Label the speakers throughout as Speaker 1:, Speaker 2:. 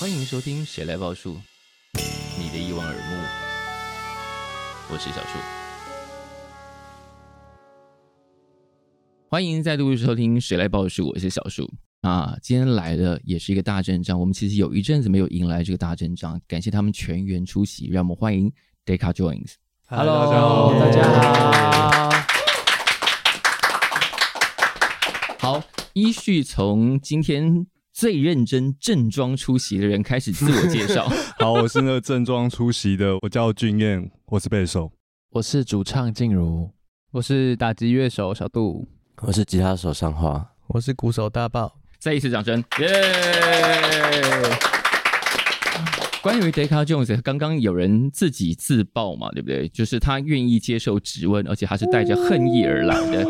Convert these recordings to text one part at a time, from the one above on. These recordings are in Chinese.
Speaker 1: 欢迎收听《谁来报数》，你的一望而目，我是小树。欢迎再度收听《谁来报数》，我是小树啊。今天来的也是一个大阵仗，我们其实有一阵子没有迎来这个大阵仗，感谢他们全员出席，让我们欢迎 Deca Joins。
Speaker 2: Hello，
Speaker 3: 大家好
Speaker 2: 好。
Speaker 1: 好，依序从今天最认真正装出席的人开始自我介绍。
Speaker 3: 好，我是那个正装出席的，我叫俊彦，我是贝手。
Speaker 2: 我是主唱静茹，
Speaker 4: 我是打击乐手小杜，
Speaker 5: 我是吉他手上花，
Speaker 2: 我是鼓手大爆。
Speaker 1: 再一次掌声，耶、关于 Deca Jones，刚刚有人自己自曝嘛，对不对？就是他愿意接受质问，而且他是带着恨意而来的，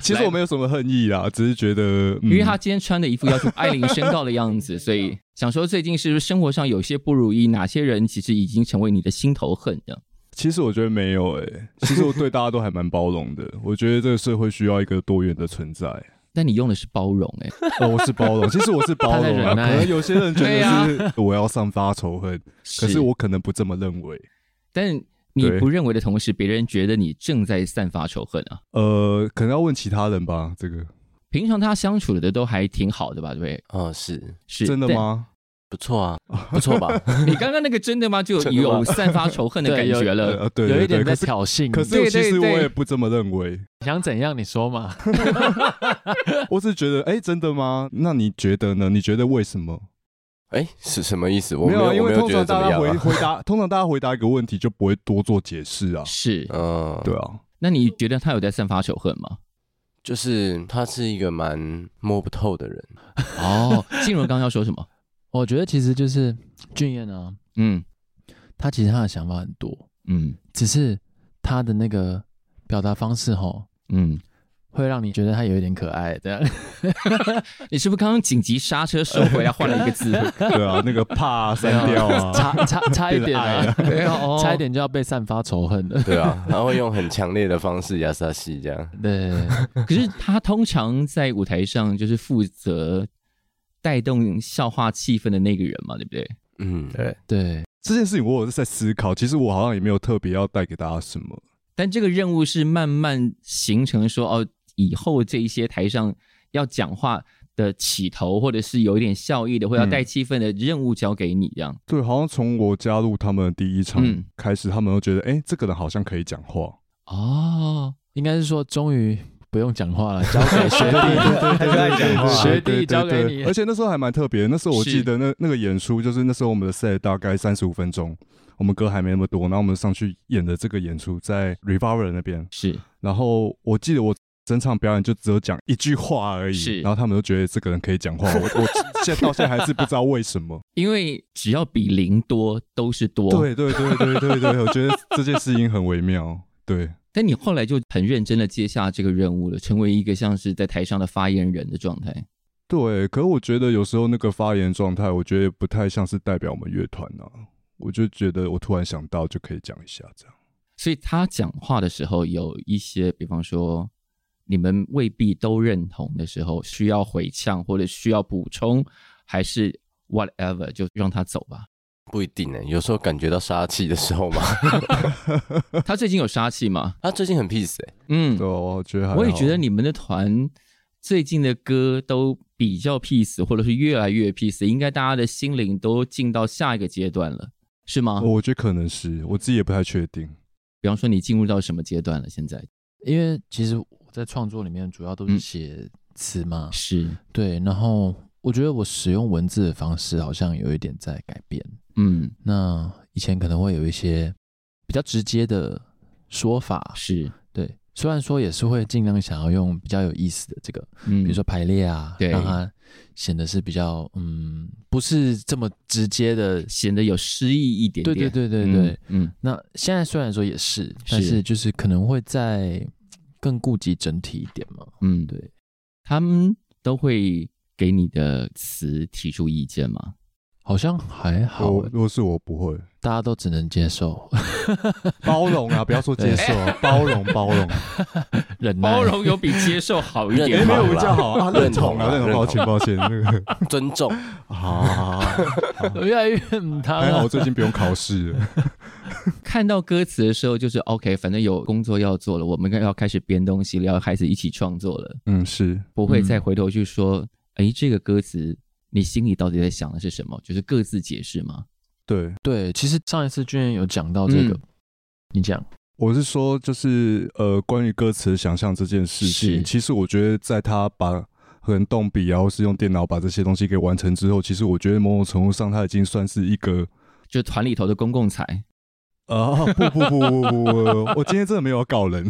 Speaker 3: 其实我没有什么恨意啦，只是觉得，
Speaker 1: 因
Speaker 3: 嗯
Speaker 1: 为他今天穿的一副要求艾琳宣告的样 子，所以想说最近是不是生活上有些不如意？哪些人其实已经成为你的心头恨呢？
Speaker 3: 其实我觉得没有诶、其实我对大家都还蛮包容的。我觉得这个社会需要一个多元的存在。
Speaker 1: 但你用的是包容、欸，
Speaker 3: 哦，我是包容，其实我是包
Speaker 2: 他在
Speaker 3: 容啊。可
Speaker 2: 忍耐
Speaker 3: 能有些人觉
Speaker 1: 对啊
Speaker 3: 得是我要散发仇恨， 可是我可能不这么认为。
Speaker 1: 但你
Speaker 3: 对
Speaker 1: 不认为的同时，别人觉得你正在散发仇恨啊。
Speaker 3: 呃，可能要问其他人吧。这个
Speaker 1: 平常他相处的都还挺好的吧，对不对？
Speaker 5: 哦，是
Speaker 1: 是
Speaker 3: 真的？吗？
Speaker 5: 不错 啊，不错吧？
Speaker 1: 但你刚刚那个真的吗？就
Speaker 5: 真的吗
Speaker 1: 有散发仇恨的感
Speaker 2: 对有
Speaker 1: 觉了。
Speaker 3: 呃， 对
Speaker 2: 有一
Speaker 3: 对对。
Speaker 2: 点
Speaker 3: 可
Speaker 2: 在
Speaker 3: 是
Speaker 2: 挑衅，
Speaker 3: 可
Speaker 1: 对
Speaker 3: 是其
Speaker 1: 对
Speaker 3: 实我
Speaker 1: 对
Speaker 3: 也不这么认为。
Speaker 2: 想怎样你说嘛？
Speaker 3: 我只是觉得，哎，真的吗？那你觉得呢？你觉得为什么？
Speaker 5: 哎，是什么意思？我
Speaker 3: 没
Speaker 5: 没
Speaker 3: 有啊，因
Speaker 5: 我没
Speaker 3: 为
Speaker 5: 有
Speaker 3: 通
Speaker 5: 觉得
Speaker 3: 常
Speaker 5: 怎么
Speaker 3: 大家
Speaker 5: 样
Speaker 3: 回
Speaker 5: 啊。
Speaker 3: 回答， 通常大家回答一个问题就不会多做解释 啊。
Speaker 1: 是，
Speaker 5: 嗯，
Speaker 3: 对，啊，
Speaker 1: 那你觉得他有在散发仇恨 吗？
Speaker 5: 就是他是一个蛮摸不透的人，
Speaker 1: 哦，静茹刚刚要说什么？
Speaker 2: 我觉得其实就是俊彦啊，
Speaker 1: 嗯
Speaker 2: 他其实他的想法很多，
Speaker 1: 嗯
Speaker 2: 只是他的那个表达方式吼，
Speaker 1: 嗯，
Speaker 2: 会让你觉得他有一点可爱这样。
Speaker 1: 你是不是刚刚紧急刹车收回来，换了一个字？
Speaker 3: 对啊，那个怕删掉 啊，
Speaker 2: 差差差哦一点 啊，
Speaker 1: 对啊哦
Speaker 2: 差一点就要被散发仇恨了。
Speaker 5: 对啊，他会用很强烈的方式压萨西这样。
Speaker 2: 对，
Speaker 1: 可是他通常在舞台上就是负责带动笑话气氛的那个人嘛，对不对？
Speaker 5: 嗯，
Speaker 4: 对，
Speaker 2: 对，
Speaker 3: 这件事情我有在思考，其实我好像也没有特别要带给大家什么。
Speaker 1: 但这个任务是慢慢形成说，哦，以后这一些台上要讲话的起头，或者是有一点笑意的，或要带气氛的任务交给你这样。
Speaker 3: 对，好像从我加入他们的第一场
Speaker 1: 嗯
Speaker 3: 开始，他们都觉得，哎，这个人好像可以讲话。
Speaker 1: 哦，
Speaker 2: 应该是说终于不用讲话了，交给 学弟。
Speaker 4: 很爱讲
Speaker 2: 话学弟
Speaker 3: 对对
Speaker 2: 交给
Speaker 3: 对
Speaker 2: 你
Speaker 3: 而且那时候还蛮特别，那时候我
Speaker 1: 是
Speaker 3: 记得那那个演出，就是那时候我们的 set 大概三十五分钟，我们歌还没那么多，然后我们上去演的这个演出在 Reviver 那边，
Speaker 1: 是
Speaker 3: 然后我记得我整场表演就只有讲一句话而已，
Speaker 1: 是
Speaker 3: 然后他们都觉得这个人可以讲话，我我现在到现在还是不知道为什 么。
Speaker 1: 因为只要比零多都是多。。
Speaker 3: 对对对对对对，我觉得这件事情很微妙。对，
Speaker 1: 但你后来就很认真的接下这个任务了，成为一个像是在台上的发言人的状态。
Speaker 3: 对，可我觉得有时候那个发言状态，我觉得不太像是代表我们乐团啊。我就觉得我突然想到就可以讲一下这样。
Speaker 1: 所以他讲话的时候有一些，比方说你们未必都认同的时候，需要回呛或者需要补充，还是 whatever 就让他走 吧。
Speaker 5: 不一定呢，有时候感觉到杀气的时 候嘛。
Speaker 1: 他最近有杀气吗？
Speaker 5: 他最近很 peace 哎，
Speaker 1: 嗯
Speaker 3: 对，，啊我觉得
Speaker 2: 啊
Speaker 3: 还
Speaker 1: 我也
Speaker 3: 好
Speaker 1: 觉得你们的团最近的歌都比较 peace，或者是越来越 peace，应该大家的心灵都进到下一个阶段了，是吗？
Speaker 3: 啊我觉得可能是我自己也不太确定。
Speaker 1: 比方说你进入到什么阶段了？现在
Speaker 2: 因为其实我在创作里面主要都
Speaker 1: 嗯
Speaker 2: 是写词嘛，
Speaker 1: 是，
Speaker 2: 对，然后我觉得我使用文字的方式好像有一点在改变。
Speaker 1: 嗯，
Speaker 2: 那以前可能会有一些比较直接的说法，
Speaker 1: 是，
Speaker 2: 对，虽然说也是会尽量想要用比较有意思的这个，
Speaker 1: 嗯，
Speaker 2: 比如说排列啊，
Speaker 1: 对
Speaker 2: 让它显得是比较嗯，不是这么直接的。
Speaker 1: 显得有诗意一点
Speaker 2: 对
Speaker 1: 点。
Speaker 2: 对对对对。
Speaker 1: 嗯，嗯，
Speaker 2: 那现在虽然说也是，但
Speaker 1: 是
Speaker 2: 是就是可能会在更顾及整体一点嘛。
Speaker 1: 嗯，
Speaker 2: 对，
Speaker 1: 他们都会给你的词提出意见吗？
Speaker 2: 好像还好
Speaker 3: 我
Speaker 2: 欸，
Speaker 3: 如果是我不会
Speaker 2: 大家都只能接受，
Speaker 3: 包容啊，不要说接受 啊，包容包容，
Speaker 2: 忍 耐
Speaker 1: 包容有比接受好一
Speaker 5: 认
Speaker 1: 点
Speaker 3: 哎，
Speaker 5: 同
Speaker 3: 没
Speaker 1: 吗？
Speaker 3: 有比较好啊，认
Speaker 5: 认
Speaker 3: 同
Speaker 5: 同
Speaker 3: 啊，
Speaker 5: 啊
Speaker 3: 认同，
Speaker 5: 认
Speaker 3: 抱
Speaker 5: 同
Speaker 3: 歉抱歉，那个
Speaker 5: 尊重，
Speaker 3: 好好，好好
Speaker 2: 越来越嗯他
Speaker 1: 啊
Speaker 3: 还好我最近不用考试了，
Speaker 1: 看到歌词的时候，就是 OK，反正有工作要做了，我们要开始编东西了，要开始一起创作了，
Speaker 3: 嗯，是
Speaker 1: 不会
Speaker 2: 嗯
Speaker 1: 再回头去说，哎、这个歌词你心里到底在想的是什么？就是各自解释吗？
Speaker 3: 对，
Speaker 2: 对，其实上一次君然有讲到这个，
Speaker 1: 嗯
Speaker 2: 你讲
Speaker 3: 我是说，就是呃，关于歌词想象这件事
Speaker 1: 是
Speaker 3: 情，其实我觉得在他把可能动笔啊，或是用电脑把这些东西给完成之后，其实我觉得某种程度上，他已经算是一个
Speaker 1: 就团里头的公共财，
Speaker 3: 啊，不不不不不不，我今天真的没有要告 人。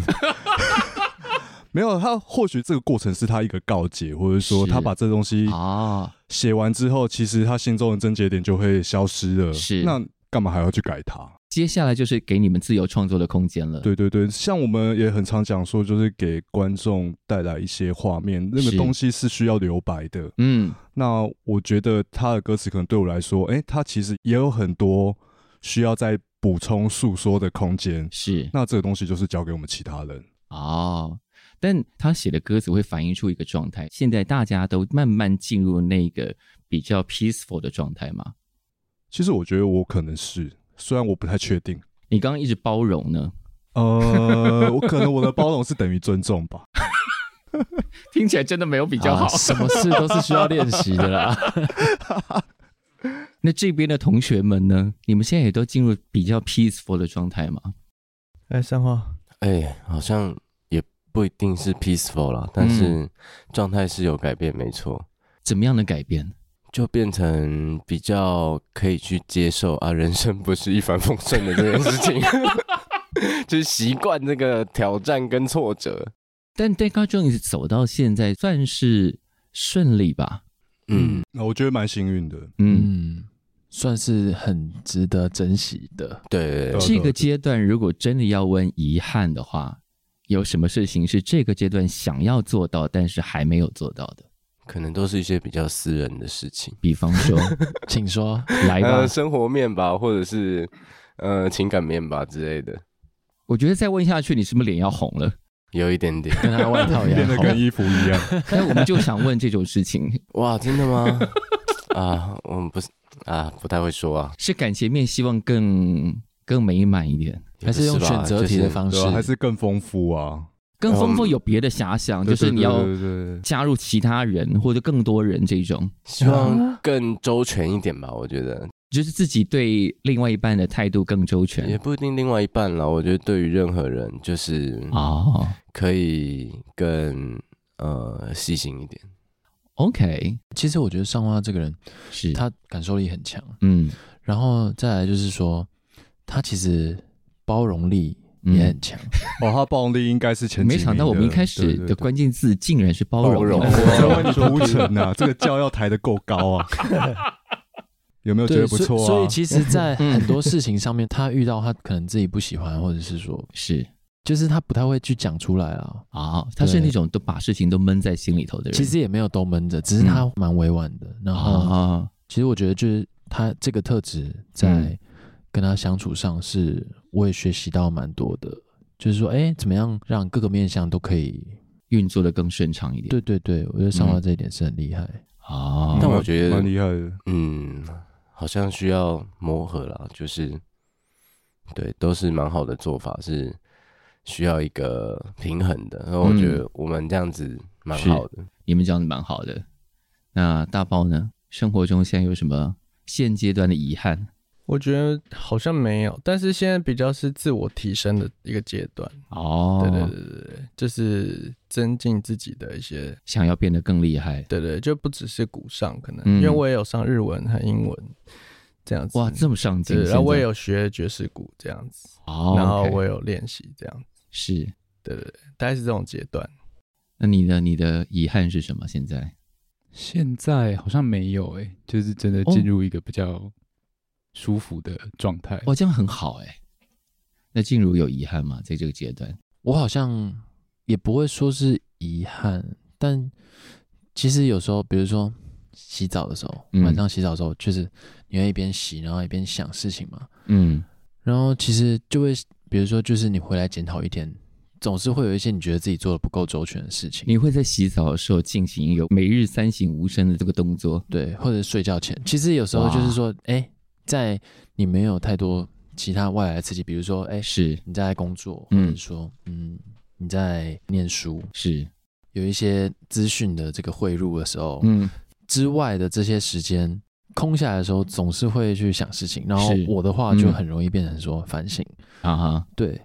Speaker 3: 没有，他或许这个过程是他一个告解，或者说
Speaker 1: 是
Speaker 3: 他把这东西
Speaker 1: 啊，
Speaker 3: 写完之后，其实他心中的症结点就会消失了。
Speaker 1: 是
Speaker 3: 那干嘛还要去改它？
Speaker 1: 接下来就是给你们自由创作的空间了。
Speaker 3: 对对对，像我们也很常讲说，就是给观众带来一些画面，那个
Speaker 1: 是
Speaker 3: 东西是需要留白的。
Speaker 1: 嗯，
Speaker 3: 那我觉得他的歌词可能对我来说，哎，他其实也有很多需要再补充诉说的空间。
Speaker 1: 是
Speaker 3: 那这个东西就是交给我们其他人。
Speaker 1: 哦，但他写的歌词会反映出一个状态，现在大家都慢慢进入那个比较 peaceful 的状态嘛。
Speaker 3: 其实我觉得我可能是，虽然我不太确 定。
Speaker 1: 你刚刚一直包容呢，
Speaker 3: 呃，我可能我的包容是等于尊重 吧。
Speaker 1: 听起来真的没有比
Speaker 2: 比
Speaker 1: 较好。
Speaker 2: 啊什么事都是需要练习的啦。
Speaker 1: 那这边的同学们呢？你们现在也都进入比较 peaceful 的状态吗？
Speaker 6: 哎，三花，
Speaker 5: 哎、好像也不一定是 peaceful 啦，但
Speaker 3: 嗯
Speaker 5: 是状态是有改变，没错，
Speaker 1: 怎么样的改变？
Speaker 5: 就变成比较可以去接受啊， 人生不是一帆风顺的这件事 情，就是习惯这个挑战跟挫折。
Speaker 1: 但 Deca Jones 走到现在算是顺利吧？
Speaker 5: 嗯，
Speaker 3: 那我觉得蛮幸运的。
Speaker 1: 嗯，
Speaker 2: 嗯，算是很值得珍惜的。
Speaker 5: 对，
Speaker 3: 呃
Speaker 1: 这个阶段如果真的要问遗憾的话，有什么事情是这个阶段想要做到但是还没有做到的？
Speaker 5: 可能都是一些比较私人的事情，
Speaker 1: 比方说，
Speaker 2: 请说，
Speaker 1: 来吧
Speaker 5: 呃，，生活面吧，或者是呃情感面吧之类的，
Speaker 1: 我觉得再问下去，你是不是脸要红了？
Speaker 5: 有一点点。
Speaker 2: 跟他的外 套一
Speaker 3: 啊变
Speaker 2: 样
Speaker 3: 得
Speaker 2: 好。
Speaker 3: 跟衣服一样，
Speaker 1: 那哎我们就想问这种事情，
Speaker 5: 哇，真的 吗？啊，我们不是啊，不太会说啊，
Speaker 1: 是感情面希望更更美满一点，
Speaker 2: 还是用
Speaker 5: 也不吧
Speaker 2: 选择题的方
Speaker 3: 对
Speaker 2: 式
Speaker 3: 啊，还是更丰富啊。
Speaker 1: 更丰富
Speaker 5: 嗯
Speaker 1: 有别的遐想，
Speaker 3: 对
Speaker 1: 就是你要
Speaker 3: 对对对对
Speaker 1: 加入其他人或者更多人这种，
Speaker 5: 就是希望更周全一点吧。我觉 得
Speaker 1: 就是自己对另外一半的态度更周
Speaker 5: 也
Speaker 1: 全。
Speaker 5: 不一定另外一半了。我觉得对于任何人，就是
Speaker 1: 哦
Speaker 5: 可以更呃细心一点。
Speaker 1: ，OK，
Speaker 2: 其实我觉得上花这个人，
Speaker 1: 是，
Speaker 2: 他感受力很强，
Speaker 1: 嗯
Speaker 2: 然后再来就是说，他其实包容力也很强。
Speaker 3: 哦，他暴力应该是前
Speaker 1: 嗯
Speaker 3: 几
Speaker 1: 没想到
Speaker 3: 名
Speaker 1: 我们一
Speaker 3: 的
Speaker 1: 开始
Speaker 3: 对对
Speaker 1: 的
Speaker 3: 对
Speaker 1: 关键字竟然是包容。
Speaker 5: 包容
Speaker 3: 我在为你铺陈呐，这个教要抬得够高啊，有没有觉
Speaker 2: 对，
Speaker 3: 得不
Speaker 2: 所以
Speaker 3: 错啊？
Speaker 2: 所以其实，在很多事 情上面，他遇到他可能自己不喜欢，或者是说，
Speaker 1: 是
Speaker 2: 就是他不太会去讲出来啊。
Speaker 1: 啊、他是
Speaker 2: 对
Speaker 1: 那种都把事情都闷在心里头的人。
Speaker 2: 其实也没有都闷着，只是
Speaker 1: 嗯
Speaker 2: 他蛮委婉的。然后，
Speaker 1: 啊，
Speaker 2: 其实我觉得就是他这个特质在
Speaker 1: 嗯
Speaker 2: 跟他相处上是，我也学习到蛮多的。就是说，哎，怎么样让各个面相都可以？
Speaker 1: 运作的更顺畅一点。
Speaker 2: 对对对，我觉得上花
Speaker 1: 嗯
Speaker 2: 这一点是很厉害。
Speaker 1: 啊，
Speaker 5: 但
Speaker 3: 蛮
Speaker 5: 我觉得
Speaker 3: 蛮厉害的，
Speaker 5: 嗯，好像需要磨合啦，就是嗯对，都是蛮好的做法，是需要一个平衡的。然后我觉得我们这样子蛮
Speaker 1: 是
Speaker 5: 好的。
Speaker 1: 你们讲的蛮好的。那大包呢？生活中现在有什么现阶段的遗憾？
Speaker 6: 我觉得好像没有，但是现在比较是自我提升的一个阶段，
Speaker 1: 哦，
Speaker 6: 对对对对对，就是增进自己的一些，
Speaker 1: 想要变得更厉害。
Speaker 6: 对对，就不只是鼓上，可能、
Speaker 1: 嗯
Speaker 6: 因为我也有上日文和英文这样子，
Speaker 1: 哇，这么上进！
Speaker 6: 对，然后
Speaker 1: 现在
Speaker 6: 我也，有学爵士鼓这样子，
Speaker 1: 哦、
Speaker 6: 然后
Speaker 1: OK
Speaker 6: 我也有练习这样子，
Speaker 1: 是。
Speaker 6: 对对对，大概是这种阶段。
Speaker 1: 那你的你的遗憾是什么？现在
Speaker 7: 现在好像没有诶、就是真的
Speaker 1: 哦
Speaker 7: 进入一个比较舒服的状态。
Speaker 1: 哇，这样很好哎、那静茹有遗憾吗？在这个阶段，
Speaker 2: 我好像也不会说是遗憾，但其实有时候，比如说洗澡的时候，
Speaker 1: 嗯
Speaker 2: 晚上洗澡的时候，就是你会一边洗，然后一边想事情嘛。
Speaker 1: 嗯
Speaker 2: 然后其实就会，比如说，就是你回来检讨一天，总是会有一些你觉得自己做的不够周全的事情。
Speaker 1: 你会在洗澡的时候进行一个每日三省吾身的这个动作，
Speaker 2: 对，或者睡觉前，其实有时候就是说，哎、在你没有太多其他外来的刺激，比如说，哎、
Speaker 1: 是
Speaker 2: 你在工作，或
Speaker 1: 嗯
Speaker 2: 者说，嗯，你在念书，
Speaker 1: 是，
Speaker 2: 有一些资讯的这个汇入的时候，
Speaker 1: 嗯
Speaker 2: 之外的这些时间空下来的时候，总是会去想事情。然后
Speaker 1: 是
Speaker 2: 我的话就
Speaker 1: 嗯
Speaker 2: 很容易变成说反省，
Speaker 1: 啊哈。
Speaker 2: 对。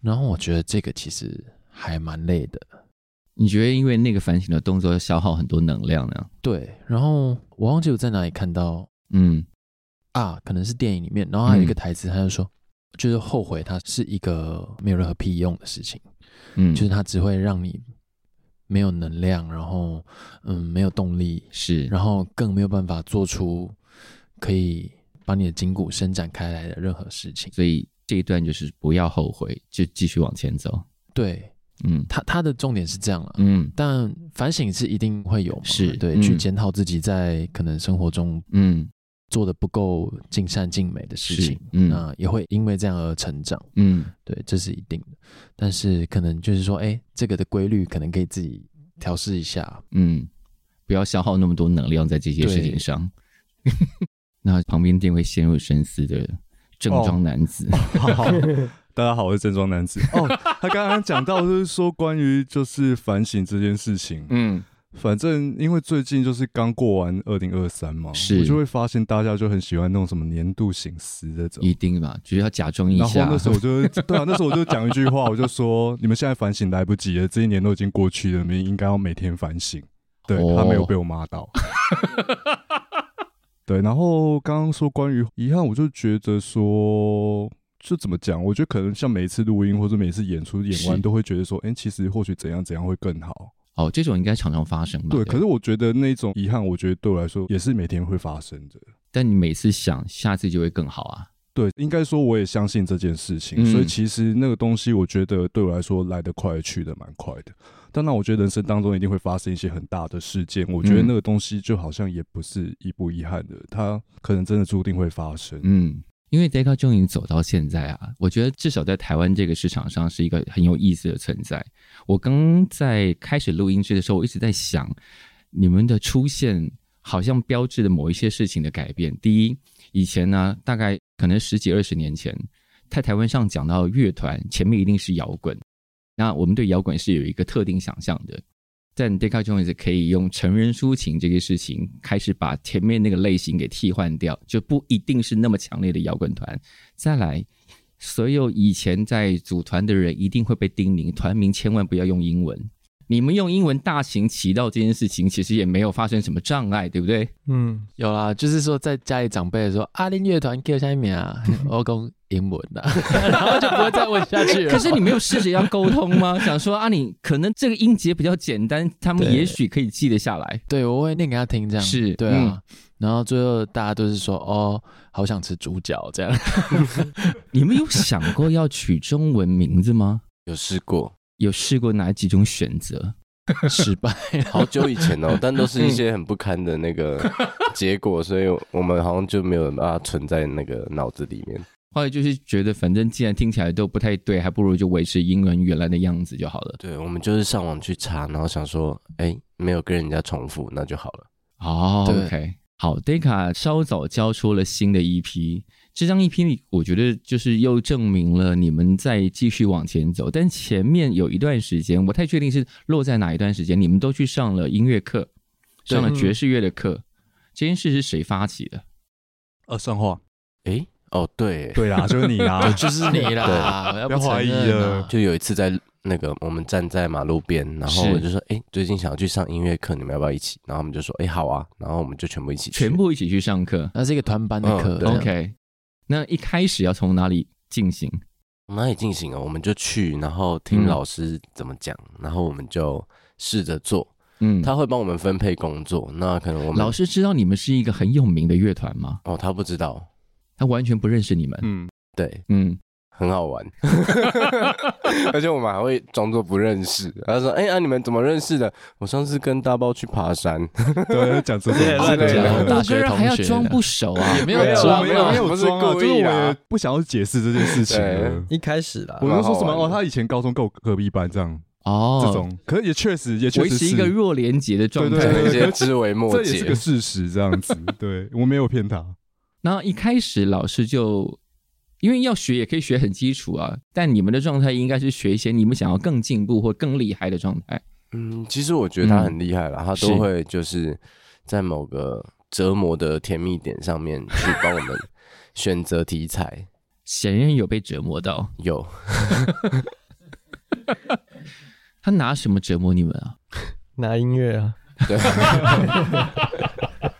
Speaker 2: 然后我觉得这个其实还蛮累的，
Speaker 1: 你觉得因为那个反省的动作消耗很多能量呢？
Speaker 2: 对。然后我忘记我在哪里看到
Speaker 1: 嗯
Speaker 2: 啊，可能是电影里面，然后还有一个
Speaker 1: 嗯
Speaker 2: 台词，他就说，就是后悔它是一个没有任何屁用的事情，
Speaker 1: 嗯，
Speaker 2: 就是它只会让你没有能量，然后嗯没有动力，
Speaker 1: 是，
Speaker 2: 然后更没有办法做出可以把你的筋骨伸展开来的任何事情。
Speaker 1: 所以这一段就是不要后悔，就继续往前走。
Speaker 2: 对
Speaker 1: 嗯
Speaker 2: 他他的重点是这样了、
Speaker 1: 嗯
Speaker 2: 但反省是一定会有嘛？
Speaker 1: 是
Speaker 2: 对，
Speaker 1: 嗯
Speaker 2: 去检讨自己在可能生活中
Speaker 1: 嗯
Speaker 2: 做的不够尽善尽美的事
Speaker 1: 是
Speaker 2: 情，
Speaker 1: 嗯
Speaker 2: 那也会因为这样而成长。
Speaker 1: 嗯，
Speaker 2: 对，这是一定的。但是可能就是说，哎，这个的规律可能可以自己调试一下。
Speaker 1: 嗯，不要消耗那么多能量在这些事情上。 那旁边定会陷入深思的正装男子，
Speaker 3: 大家好，我是正装 男子。哦，他刚刚讲到就是说关于就是反省这件事情，
Speaker 1: 嗯，
Speaker 3: 反正因为最近就是刚过完二零二三嘛，
Speaker 1: 是
Speaker 3: 我就会发现大家就很喜欢弄什么年度醒思这 种。
Speaker 1: 一定吧，就是要假装一
Speaker 3: 然后
Speaker 1: 下
Speaker 3: 那。时候我就对啊，那时候我就讲一句话，我就说你们现在反省来不及了，这一年都已经过去了，你们应该要每天反省。对、
Speaker 1: 哦
Speaker 3: 他没有被我骂到。 对，然后刚刚说关于遗憾，我就觉得说，就怎么讲？我觉得可能像每一次录音或者每一次演出演完，
Speaker 1: 是
Speaker 3: 都会觉得说，哎、其实或许怎样怎样会更好。
Speaker 1: 哦，这种应该常常发生吧？
Speaker 3: 对，可是我觉得那种遗憾，我觉得对我来说也是每天会发生的。
Speaker 1: 但你每次想，下次就会更好啊。
Speaker 3: 对，应该说我也相信这件事情，
Speaker 1: 嗯
Speaker 3: 所以其实那个东西，我觉得对我来说来得快，去得蛮快的。当然，我觉得人生当中一定会发生一些很大的事件，我觉得
Speaker 1: 嗯
Speaker 3: 那个东西就好像也不是一不遗憾的，它可能真的注定会发生。
Speaker 1: 嗯，因为 Deca 终于走到现在啊，我觉得至少在台湾这个市场上是一个很有意思的存在。我刚在开始录音室的时候，我一直在想，你们的出现好像标志着某一些事情的改变。第一，以前呢，大概可能十几二十年前，在台湾上讲到乐团，前面一定是摇滚。那我们对摇滚是有一个特定想象的，但 Deca Jones 可以用成人抒情这个事情，开始把前面那个类型给替换掉，就不一定是那么强烈的摇滚团。再来，所有以前在组团的人一定会被叮咛，团名千万不要用英文。你们用英文大行其道这件事情，其实也没有发生什么障碍，对不对？
Speaker 6: 嗯，
Speaker 2: 有啦，就是说在家里长辈说阿林乐团 Q 下一名啊， 我讲英文啊的，然后就不会再问下去了。
Speaker 1: 可是你没有试着要沟通 吗？想说啊，你可能这个音节比较简单，他们
Speaker 2: 对
Speaker 1: 也许可以记得下来。
Speaker 2: 对我会念给他听，这样
Speaker 1: 是嗯
Speaker 2: 对啊。然后最后大家都是说哦，好想吃猪脚这样。
Speaker 1: 你们有想过要取中文名字吗？
Speaker 5: 有试过，
Speaker 1: 有试过哪几种选择？
Speaker 2: 失 败，
Speaker 5: 好久以前 哦，但都是一些很不堪的那个结果，所以我们好像就没有把它存在那个脑子里面。
Speaker 1: 后来就是觉得，反正既然听起来都不太对，还不如就维持英文原来的样子就好了。
Speaker 5: 对，我们就是上网去查，然后想说，哎、没有跟人家重复，那就好了。
Speaker 1: 哦、
Speaker 2: 对，
Speaker 1: o k 好，Deka 稍早交出了新的 EP，这张 EP 我觉得就是又证明了你们在继续往前走，但前面有一段时间，我不太确定是落在哪一段时间，你们都去上了音乐课，上了爵士乐的课，这件事是谁发起的？
Speaker 3: 呃，上话，
Speaker 5: 哎、哦，对，
Speaker 3: 对啦，就是你啦
Speaker 2: 就是你啦，
Speaker 5: 对
Speaker 2: 要
Speaker 3: 不要
Speaker 2: 承
Speaker 3: 怀疑
Speaker 2: 认啊
Speaker 3: 了
Speaker 5: 就有一次在那个我们站在马路边，然后
Speaker 1: 是
Speaker 5: 我就说，哎、最近想要去上音乐课，你们要不要一起？然后我们就说，哎、好啊，然后我们就全部一起去
Speaker 1: 全部一起去上课。
Speaker 2: 那是一个团班的
Speaker 5: 嗯
Speaker 2: 课
Speaker 5: 对
Speaker 2: 这样
Speaker 1: OK，那一开始要从哪里进行？
Speaker 5: 我们哪里进行啊？我们就去，然后
Speaker 1: 嗯
Speaker 5: 听老师怎么讲，然后我们就试着做。
Speaker 1: 嗯，
Speaker 5: 他会帮我们分配工作，那可能我们
Speaker 1: 老师知道你们是一个很有名的乐团吗？
Speaker 5: 哦，他不知道，
Speaker 1: 他完全不认识你们。
Speaker 3: 嗯，
Speaker 5: 对，
Speaker 1: 嗯，
Speaker 5: 很好玩， 而且我们还会装作不认识。他说：“哎、啊，你们怎么认识的？我上次跟大包去爬山，
Speaker 3: 对，啊讲这种
Speaker 5: 对
Speaker 3: 话
Speaker 5: 对啊
Speaker 1: 讲
Speaker 5: 对
Speaker 1: 我
Speaker 5: 我
Speaker 1: 大
Speaker 5: 大
Speaker 1: 学
Speaker 2: 学同学
Speaker 1: 嗯还要装不熟啊，也没
Speaker 5: 有
Speaker 1: 装
Speaker 5: 我没有
Speaker 1: 啊
Speaker 5: 没有
Speaker 3: 我装啊，就
Speaker 5: 不
Speaker 3: 是是
Speaker 5: 故意
Speaker 3: 我
Speaker 5: 啦
Speaker 3: 也不想要解释这件事情了。
Speaker 6: 一开始啦
Speaker 3: 我，就说什么
Speaker 5: 蛮好
Speaker 3: 哦，
Speaker 5: 玩的
Speaker 3: 他以前高中跟我隔壁班这样，
Speaker 1: 哦，
Speaker 3: 这种，可是也确实也确
Speaker 1: 维
Speaker 3: 实
Speaker 1: 持
Speaker 3: 是
Speaker 1: 一个弱连结的状态
Speaker 3: 对。对
Speaker 5: 一
Speaker 3: 对
Speaker 5: 些枝微末
Speaker 3: 这也是
Speaker 5: 节
Speaker 3: 个。事实，这样子。对我没有骗他，
Speaker 1: 然后一开始老师就，因为要学也可以学很基础啊，但你们的状态应该是学一些你们想要更进步或更厉害的状态。”
Speaker 5: 嗯，其实我觉得他很厉害了，他
Speaker 1: 是
Speaker 5: 都会就是在某个折磨的甜蜜点上面去帮我们选择题材。
Speaker 1: 显然有被折磨到，
Speaker 5: 有，
Speaker 1: 他拿什么折磨你们啊？
Speaker 6: 拿音乐啊，
Speaker 5: 对，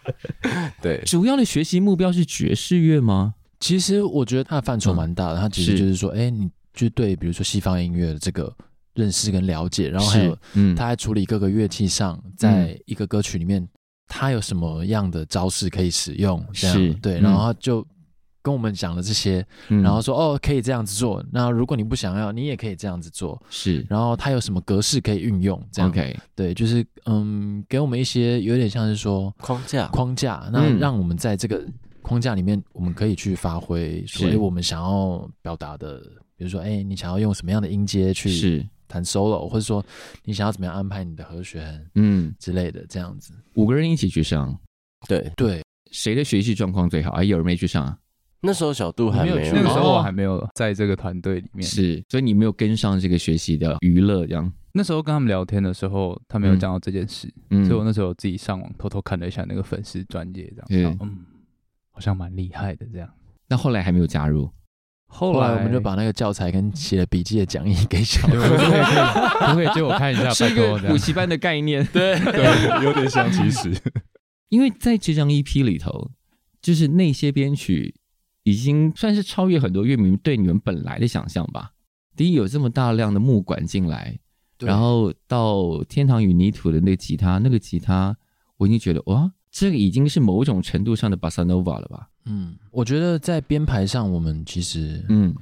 Speaker 5: 对，
Speaker 1: 主要的学习目标是爵士乐吗？
Speaker 2: 其实我觉得它的范畴蛮大的，它其实
Speaker 1: 嗯是
Speaker 2: 就是说，哎、你就对比如说西方音乐的这个认识跟了解，然后还
Speaker 1: 是
Speaker 2: 有
Speaker 1: 嗯
Speaker 2: 它在处理各个乐器上，在一个歌曲里面，它有什么样的招式可以使用，这
Speaker 1: 是
Speaker 2: 样对，
Speaker 1: 嗯
Speaker 2: 然后它就跟我们讲了这些，
Speaker 1: 嗯
Speaker 2: 然后说哦，可以这样子做，那如果你不想要，你也可以这样子做，
Speaker 1: 是
Speaker 2: 然后它有什么格式可以运用，这样
Speaker 1: OK，
Speaker 2: 对，就是嗯，给我们一些有点像是说
Speaker 5: 框架
Speaker 2: 框架，那
Speaker 1: 嗯
Speaker 2: 让我们在这个框架里面，我们可以去发挥，所
Speaker 1: 是
Speaker 2: 以我们想要表达的，比如说，哎、你想要用什么样的音阶去
Speaker 1: 是
Speaker 2: 弹 solo，或者说你想要怎么样安排你的和弦
Speaker 1: 嗯，
Speaker 2: 之类的，这样子。
Speaker 1: 五个人一起去上，
Speaker 5: 对。
Speaker 2: 对，
Speaker 1: 谁的学习状况最好？哎，有人没去上啊？
Speaker 5: 那时候小度还没
Speaker 7: 没有
Speaker 5: 有，哦
Speaker 7: 去那个时候
Speaker 2: 哦
Speaker 3: 啊
Speaker 7: 我还没有在这个团队里面。
Speaker 1: 是，所以你没有跟上这个学习的娱乐，这样。
Speaker 7: 那时候跟他们聊天的时候，他们有讲到这件事，
Speaker 1: 嗯
Speaker 7: 所以我那时候自己上网偷偷看了一下那个粉丝专业，这
Speaker 1: 嗯
Speaker 7: 样，然后嗯，好像蛮厉害的这样。
Speaker 1: 那后来还没有加入，
Speaker 7: 后
Speaker 2: 后来
Speaker 7: 来
Speaker 2: 我们就把那个教材跟写的笔记的讲义给小
Speaker 7: 对，我说可 以可以可不可以借我看一下，拜托这样
Speaker 1: 补。习班的概念。
Speaker 3: 对，有点像其实。
Speaker 1: 因为在这张 EP 里头，就是那些编曲已经算是超越很多乐迷对你们本来的想象吧。第一，有这么大量的木管进来，
Speaker 2: 对
Speaker 1: 然后到《天堂与泥土》的那个吉他，那个吉他我已经觉得哇，这个已经是某种程度上的 bossa nova 了吧？
Speaker 2: 嗯，我觉得在编排上，我们其实
Speaker 1: 嗯，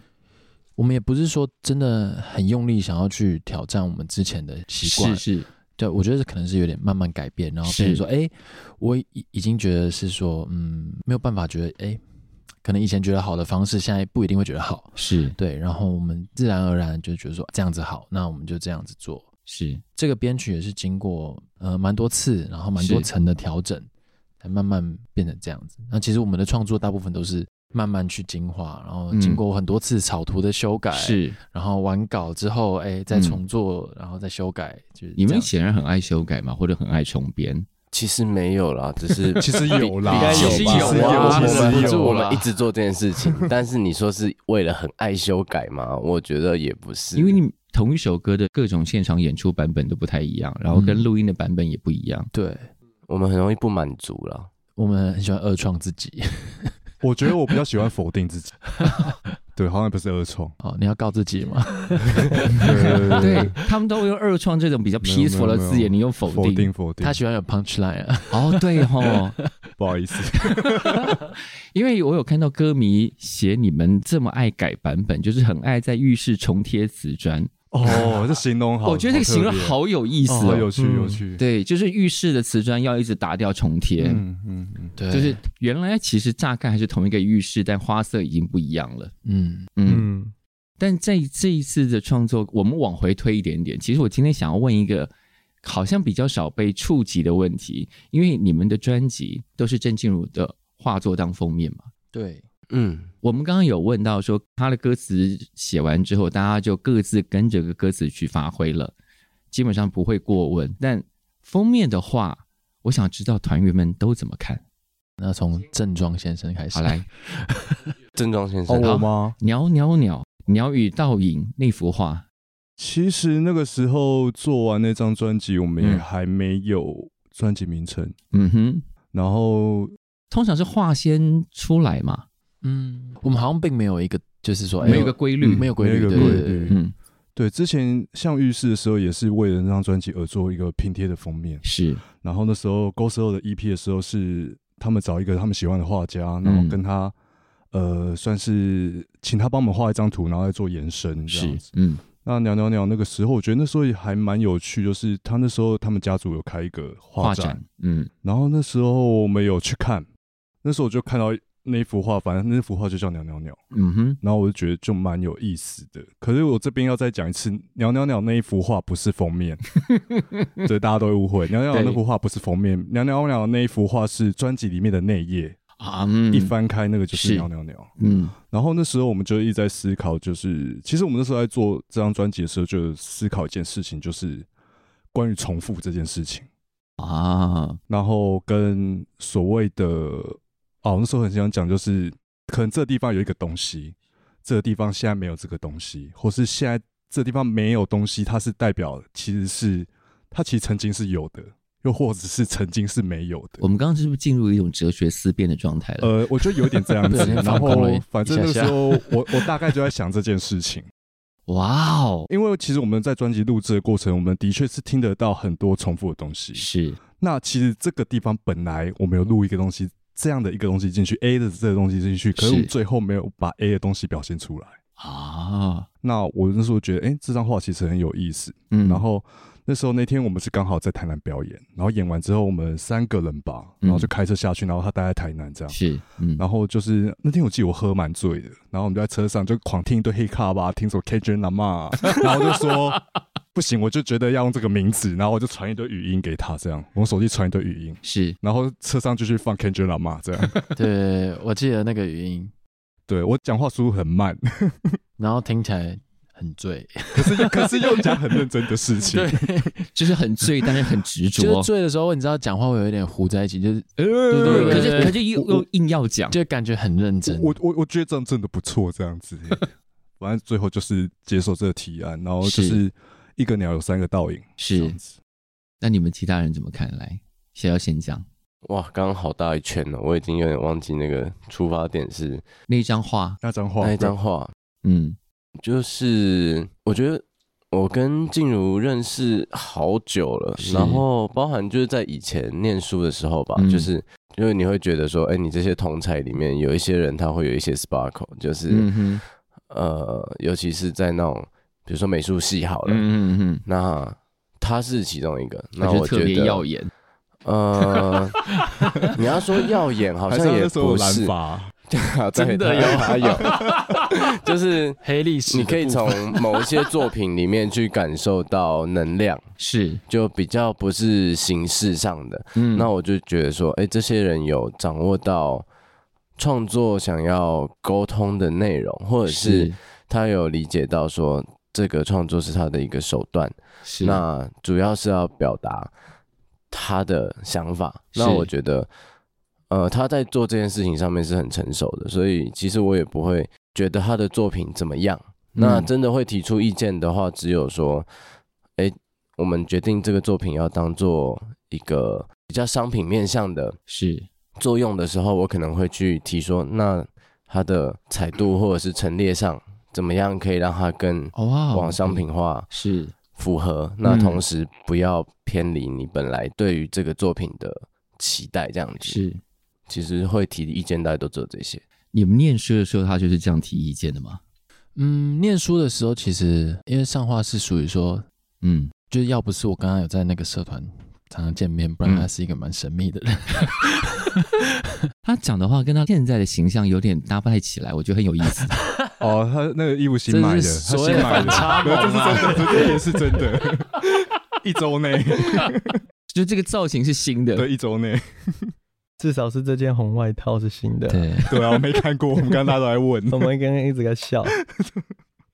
Speaker 2: 我们也不是说真的很用力想要去挑战我们之前的习惯
Speaker 1: 是，是，
Speaker 2: 对，我觉得可能是有点慢慢改变，然后
Speaker 1: 是
Speaker 2: 比如说，哎、我已已经觉得是说，嗯，没有办法觉得，哎、可能以前觉得好的方式，现在不一定会觉得好，
Speaker 1: 是
Speaker 2: 对，然后我们自然而然就觉得说这样子好，那我们就这样子做。
Speaker 1: 是，
Speaker 2: 这个编曲也是经过呃蛮多次，然后蛮多
Speaker 1: 是
Speaker 2: 层的调整，才慢慢变成这样子。那其实我们的创作大部分都是慢慢去精化，然后
Speaker 1: 嗯
Speaker 2: 经过很多次草图的修改，
Speaker 1: 是，
Speaker 2: 然后完稿之后，哎、再
Speaker 1: 嗯
Speaker 2: 重做，然后再修改，就是
Speaker 1: 你
Speaker 2: 这
Speaker 1: 们
Speaker 2: 样
Speaker 1: 显然很爱修改嘛，或者很爱重编，
Speaker 5: 其实没有啦，只是
Speaker 3: 其实有啦，
Speaker 6: 应该有吧
Speaker 3: 其实有，
Speaker 5: 啊
Speaker 3: 其
Speaker 5: 我们
Speaker 3: 实
Speaker 5: 不是
Speaker 3: 有
Speaker 5: 我们一
Speaker 3: 啦。
Speaker 5: 直做这件事情，但是你说是为了很爱修改吗？我觉得也不是，
Speaker 1: 因为你同一首歌的各种现场演出版本都不太一样，然后跟
Speaker 2: 嗯
Speaker 1: 录音的版本也不一样。
Speaker 2: 对。
Speaker 5: 我们很容易不满足了。
Speaker 2: 我们很喜欢二创自己。
Speaker 3: 我觉得我比较喜欢否定自己。 对，好像不是二创。
Speaker 2: 哦，你要告自己吗？
Speaker 3: 对
Speaker 1: 对，他们都会用二创这种比较
Speaker 3: 没有没有
Speaker 1: peaceful 的字
Speaker 3: 没有
Speaker 1: 眼，你用否
Speaker 3: 否
Speaker 1: 定。
Speaker 3: 定否定
Speaker 2: 他，喜欢有 punch line 啊。
Speaker 1: 哦，对吼，
Speaker 3: 不好意思，
Speaker 1: 因为我有看到歌迷写你们这么爱改版本，就是很爱在浴室重贴瓷砖。
Speaker 3: 哦，这形容好，
Speaker 1: 我觉得这个形容
Speaker 3: 特别
Speaker 1: 好有意思
Speaker 3: 好有
Speaker 1: 哦。
Speaker 3: 趣，
Speaker 6: 嗯
Speaker 3: 有趣。
Speaker 1: 对，就是浴室的瓷砖要一直打掉重贴，
Speaker 3: 嗯嗯嗯，
Speaker 2: 对
Speaker 1: 就是原来其实乍看还是同一个浴室，但花色已经不一样了。
Speaker 2: 嗯，
Speaker 1: 嗯，
Speaker 6: 嗯，
Speaker 1: 但在这一次的创作，我们往回推一点点，其实我今天想要问一个好像比较少被触及的问题，因为你们的专辑都是郑静茹的画作当封面嘛。
Speaker 2: 对，
Speaker 5: 嗯，
Speaker 1: 我们刚刚有问到说，他的歌词写完之后，大家就各自跟着个歌词去发挥了，基本上不会过问。但封面的话，我想知道团员们都怎么看。
Speaker 2: 那从正装先生开始。
Speaker 1: 好，来，
Speaker 5: 郑庄先
Speaker 3: 哦，
Speaker 5: 生，
Speaker 3: 我吗？
Speaker 1: 鸟鸟鸟鸟语倒影那幅画，
Speaker 3: 其实那个时候做完那张专辑，我们也
Speaker 1: 嗯
Speaker 3: 还没有专辑名称。
Speaker 1: 嗯哼，
Speaker 3: 然后
Speaker 1: 通常是画先出来嘛，
Speaker 2: 嗯，我们好像并没有一个，就是说哎
Speaker 1: 没有一个规律，
Speaker 2: 没有规
Speaker 3: 没
Speaker 2: 律，
Speaker 3: 有一个
Speaker 2: 对
Speaker 3: 规
Speaker 2: 对对
Speaker 3: 律
Speaker 2: 对
Speaker 1: 嗯，
Speaker 3: 对，之前像浴室的时候，也是为了那张专辑而做一个拼贴的封面。
Speaker 1: 是
Speaker 3: 然后那 E 嗯时候 Go Solo 的 EP 的时候，是他们找一个他们喜欢的画家，然后跟他、呃，算是请他帮我们画一张图，然后再做延伸这样
Speaker 1: 是
Speaker 3: 子。，
Speaker 1: 嗯
Speaker 3: 那鸟鸟鸟那个时候，我觉得那时候也还蛮有趣，就是他那时候他们家族有开一个
Speaker 1: 画
Speaker 3: 画展，
Speaker 1: 展，嗯
Speaker 3: 然后那时候我们有去看，那时候我就看到那幅画，反正那幅画就叫鸟鸟鸟，
Speaker 1: 嗯哼，
Speaker 3: 然后我就觉得就蛮有意思的。可是我这边要再讲一次，鸟鸟鸟那一幅画不是 封面，对，大家都会误会，鸟鸟鸟那
Speaker 1: 对
Speaker 3: 幅画不是封面，鸟鸟鸟那一幅画是专辑里面的内页，
Speaker 1: 啊，嗯
Speaker 3: 一，翻开那个就是是鸟鸟鸟。
Speaker 1: 嗯
Speaker 3: 然后那时候我们就一直在思考，就是其实我们那时候在做这张专辑的时候，就思考一件事情，就是关于重复这件事情。
Speaker 1: 啊，
Speaker 3: 然后跟所谓的哦，那时候很想讲，就是可能这地方有一个东西，这个地方现在没有这个东西，或是现在这地方没有东西，它是代表其实是它其实曾经是有的，又或者是曾经是没有的
Speaker 1: 我。们刚刚是不是进入一种哲学思辨的状态了？
Speaker 3: 呃， 我觉得有点这样
Speaker 2: 不
Speaker 3: 子
Speaker 2: 小。心
Speaker 3: 然
Speaker 2: 放空
Speaker 3: 后
Speaker 2: 了一
Speaker 3: 反正
Speaker 2: 一
Speaker 3: 那
Speaker 2: 下下
Speaker 3: 时候我我大概就在想这件事情，
Speaker 1: 哇哦，
Speaker 3: 因为其实我们在专辑录制的过程，我们的确是听得到很多重复的东西。
Speaker 1: 是，
Speaker 3: 那其实这个地方本来我们有录一个东西，这样的一个东西进去，A 的这个东西进去，可是我们
Speaker 1: 是
Speaker 3: 最后没有把 A 的东西表现出来。
Speaker 1: 啊，
Speaker 3: 那我那时候觉得，哎、这张画其实很有意思。
Speaker 1: 嗯，
Speaker 3: 然后那时候那天我们是刚好在台南表演，然后演完之后我们三个人吧，
Speaker 1: 嗯
Speaker 3: 然后就开车下去，然后他待在台南这样。
Speaker 1: 是，嗯，
Speaker 3: 然后就是那天我记得我喝蛮醉的，然后我们就在车上就狂听一堆黑卡吧，听什么 k j n a m a 然后我就说不行，我就觉得要用这个名字，然后我就传一堆语音给他，这样我手机传一堆语音，
Speaker 1: 是，
Speaker 3: 然后车上就去放 Kendrick Lamar 这样。
Speaker 2: 对，我记得那个语音，
Speaker 3: 对我讲话速度很慢，
Speaker 2: 然后听起来很醉，
Speaker 3: 可是又可是又讲很认真的事情。
Speaker 1: 就是很醉，但是很执
Speaker 2: 就
Speaker 1: 着
Speaker 2: 是，醉的时候，你知道讲话会有一点糊在一起，就是
Speaker 3: 对
Speaker 2: 对对
Speaker 1: 可是
Speaker 2: 对
Speaker 1: 可是又又硬要讲，
Speaker 2: 就感觉很认真。
Speaker 3: 我我我觉得这样真的不错，这样子。 反正最后就是接受这个提案，然后就是一个鸟有三个倒影，这
Speaker 1: 是
Speaker 3: 样。子。
Speaker 1: 那你们其他人怎么看？来，谁要先讲？
Speaker 5: 哇，刚刚好大一圈哦，我已经有点忘记那个出发点是
Speaker 1: 那一张画，
Speaker 3: 那张画，
Speaker 5: 那一张画，
Speaker 1: 嗯，
Speaker 5: 就是我觉得我跟静茹认识好久了
Speaker 1: 是，
Speaker 5: 然后包含就是在以前念书的时候吧，
Speaker 1: 嗯
Speaker 5: 就是因为你会觉得说，哎、你这些同才里面有一些人他会有一些 sparkle，就是、
Speaker 1: 嗯哼，
Speaker 5: 呃，尤其是在那种比如说美术系好了，
Speaker 1: 嗯嗯嗯，
Speaker 5: 那他是其中一个，那
Speaker 1: 我觉得
Speaker 5: 我
Speaker 1: 特
Speaker 5: 觉
Speaker 1: 别
Speaker 5: 得
Speaker 1: 耀眼，
Speaker 5: 呃， 你要说耀眼好
Speaker 3: 还是
Speaker 5: 像也
Speaker 3: 那时候有
Speaker 5: 不
Speaker 3: 蓝
Speaker 5: 是，
Speaker 3: 发，
Speaker 5: 真的有还有， 就是。
Speaker 2: 黑历史的
Speaker 5: 你
Speaker 2: 部
Speaker 5: 可
Speaker 2: 分，
Speaker 5: 以从某一些作品里面去感受到能量，
Speaker 1: 是，
Speaker 5: 就比较不是形式上的。
Speaker 1: 嗯
Speaker 5: 那我就觉得说，哎、这些人有掌握到创作想要沟通的内容，或者是他有理解到说这个创作是他的一个手段，
Speaker 1: 是
Speaker 5: 那主要是要表达他的想法。
Speaker 1: 是
Speaker 5: 那我觉得，呃，他在做这件事情上面是很成熟的，所以其实我也不会觉得他的作品怎么样。那
Speaker 1: 嗯
Speaker 5: 真的会提出意见的话，只有说，哎、我们决定这个作品要当做一个比较商品面向的
Speaker 1: 是
Speaker 5: 作用的时候，我可能会去提说，那它的彩度或者是陈列上怎么样可以让它跟
Speaker 1: 哦哇，
Speaker 5: 往商品化
Speaker 1: 是
Speaker 5: 符合，那
Speaker 1: 嗯
Speaker 5: 同时不要偏离你本来对于这个作品的期待，这样子。
Speaker 1: 是，
Speaker 5: 其实会提的意见，大概都只有这些。
Speaker 1: 你们念书的时候他就是这样提意见的吗？
Speaker 2: 嗯，念书的时候，其实因为上画是属于说，
Speaker 1: 嗯，
Speaker 2: 就是要不是我刚刚有在那个社团常常见面，不
Speaker 1: 嗯
Speaker 2: 然他是一个蛮神秘的人。
Speaker 1: 他讲的话跟他现在的形象有点搭不太起来，我觉得很有意 思。
Speaker 3: 哦，他那个衣服新买的，
Speaker 2: 这
Speaker 3: 他
Speaker 2: 是所
Speaker 3: 新
Speaker 2: 谓的
Speaker 3: 买的，
Speaker 2: 反差萌
Speaker 3: 对这
Speaker 2: 啊
Speaker 3: 是真的，这也是真的。 一周内，
Speaker 1: 就这个造型是新的，
Speaker 3: 对，一周内，
Speaker 6: 至少是这件红外套是新的。
Speaker 2: 对，
Speaker 3: 对啊，我没看过，我们刚刚大家都在问，
Speaker 6: 我们刚刚一直在笑，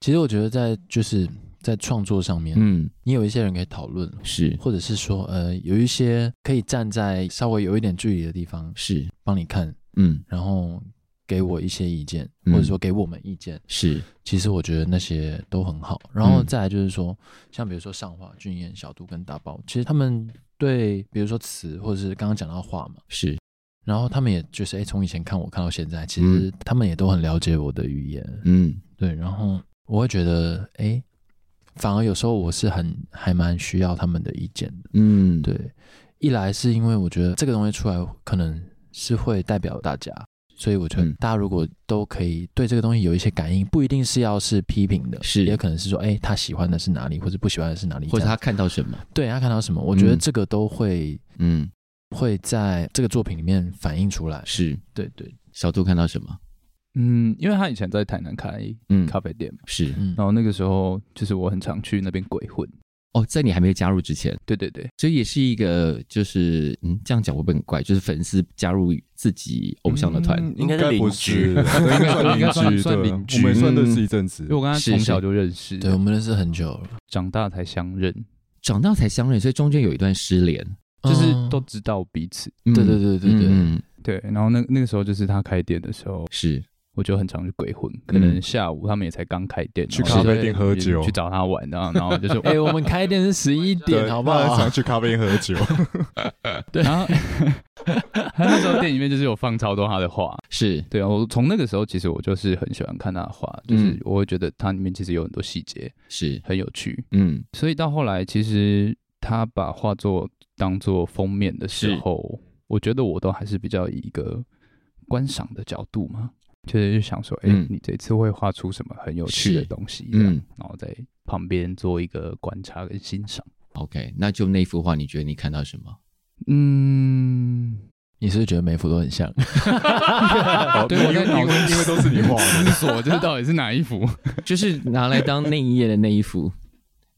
Speaker 2: 其实我觉得在就是在创作上面，
Speaker 1: 嗯，
Speaker 2: 你有一些人可以讨论，
Speaker 1: 是
Speaker 2: 或者是说，呃，有一些可以站在稍微有一点距离的地方
Speaker 1: 是，
Speaker 2: 帮你看，
Speaker 1: 嗯
Speaker 2: 然后给我一些意见，
Speaker 1: 嗯
Speaker 2: 或者说给我们意见。
Speaker 1: 是，
Speaker 2: 其实我觉得那些都很好。然后
Speaker 1: 嗯
Speaker 2: 再来就是说，像比如说上画、俊彦、小杜跟大宝，其实他们对比如说词，或者是刚刚讲到画嘛，
Speaker 1: 是
Speaker 2: 然后他们也就是哎，从以前看我看到现在，其
Speaker 1: 嗯
Speaker 2: 实他们也都很了解我的语言，
Speaker 1: 嗯
Speaker 2: 对。然后我会觉得哎，反而有时候我是很还蛮需要他们的意见的，
Speaker 1: 嗯，
Speaker 2: 对。一来是因为我觉得这个东西出来可能是会代表大家，所以我觉得
Speaker 1: 嗯
Speaker 2: 大家如果都可以对这个东西有一些感应，不一定是要是批评的，
Speaker 1: 是
Speaker 2: 也可能是说，哎、他喜欢的是哪里，或者不喜欢的是哪里，
Speaker 1: 或者
Speaker 2: 这样
Speaker 1: 他看到什么，
Speaker 2: 对他看到什么，我觉得
Speaker 1: 嗯
Speaker 2: 这个都会、
Speaker 1: 嗯，
Speaker 2: 会在这个作品里面反映出来。
Speaker 1: 是
Speaker 2: 对对，
Speaker 1: 小杜看到什么，
Speaker 7: 嗯，因为他以前在台南开
Speaker 1: 嗯，
Speaker 7: 咖啡店嘛，
Speaker 1: 是
Speaker 2: 嗯
Speaker 7: 然后那个时候就是我很常去那边鬼混，
Speaker 1: 哦，在你还没有加入之前，
Speaker 7: 对对对，
Speaker 1: 这也是一个就是嗯，这样讲会不会很怪？就是粉丝加入自己偶像的团，
Speaker 3: 嗯
Speaker 5: 应该是
Speaker 3: 不
Speaker 5: 邻
Speaker 3: 是，
Speaker 5: 居
Speaker 3: 应该算邻居，
Speaker 7: 算
Speaker 3: 对
Speaker 7: 邻居
Speaker 3: 我们算认识一阵子
Speaker 7: 因为。我跟他
Speaker 1: 是
Speaker 7: 从
Speaker 1: 是
Speaker 7: 小就认识，
Speaker 2: 对，我们认识很久 了，
Speaker 7: 长大才相认，
Speaker 1: 长大才相认，所以中间有一段失联，
Speaker 7: 就是
Speaker 2: 嗯
Speaker 7: 都知道彼此。
Speaker 1: 嗯
Speaker 2: 对对对对对，
Speaker 1: 嗯嗯
Speaker 7: 对，然后那那个时候就是他开店的时候，
Speaker 1: 是
Speaker 7: 我就很常去鬼混，可能下午他们也才刚开店，
Speaker 3: 嗯去
Speaker 7: 然后
Speaker 3: 咖啡
Speaker 7: 就
Speaker 3: 店喝酒
Speaker 7: 去，找他玩， 然后然后就是
Speaker 2: 哎、我们开店是十一点，哦
Speaker 3: 对
Speaker 2: 好不
Speaker 3: 大家
Speaker 2: 好
Speaker 3: 常？去咖啡店喝酒，
Speaker 7: 然后 他那时候店里面就是有放超多他的画，
Speaker 1: 是，
Speaker 7: 对啊，我从那个时候其实我就是很喜欢看他的画，就是
Speaker 1: 嗯
Speaker 7: 我会觉得他里面其实有很多细节
Speaker 1: 是，
Speaker 7: 很有趣，
Speaker 1: 嗯，
Speaker 7: 所以到后来其实他把画作当做封面的时
Speaker 1: 是
Speaker 7: 候，我觉得我都还是比较以一个观赏的角度嘛，就是就想说，哎、
Speaker 1: 嗯
Speaker 7: 你这次会画出什么很有趣的
Speaker 1: 是
Speaker 7: 东西，
Speaker 1: 嗯
Speaker 7: 嗯，然后在旁边做一个观察跟欣赏，
Speaker 1: OK，那就那幅画，你觉得你看到什么？
Speaker 7: 嗯。
Speaker 2: 你是不是觉得每幅都很像？
Speaker 1: 哦
Speaker 7: 对，我
Speaker 3: 因
Speaker 7: 在
Speaker 3: 为
Speaker 7: 脑
Speaker 3: 因为
Speaker 7: 中
Speaker 3: 因为都是你画的
Speaker 7: 思索，这到底是哪一幅？
Speaker 1: 就是拿来当内衣页的那一幅，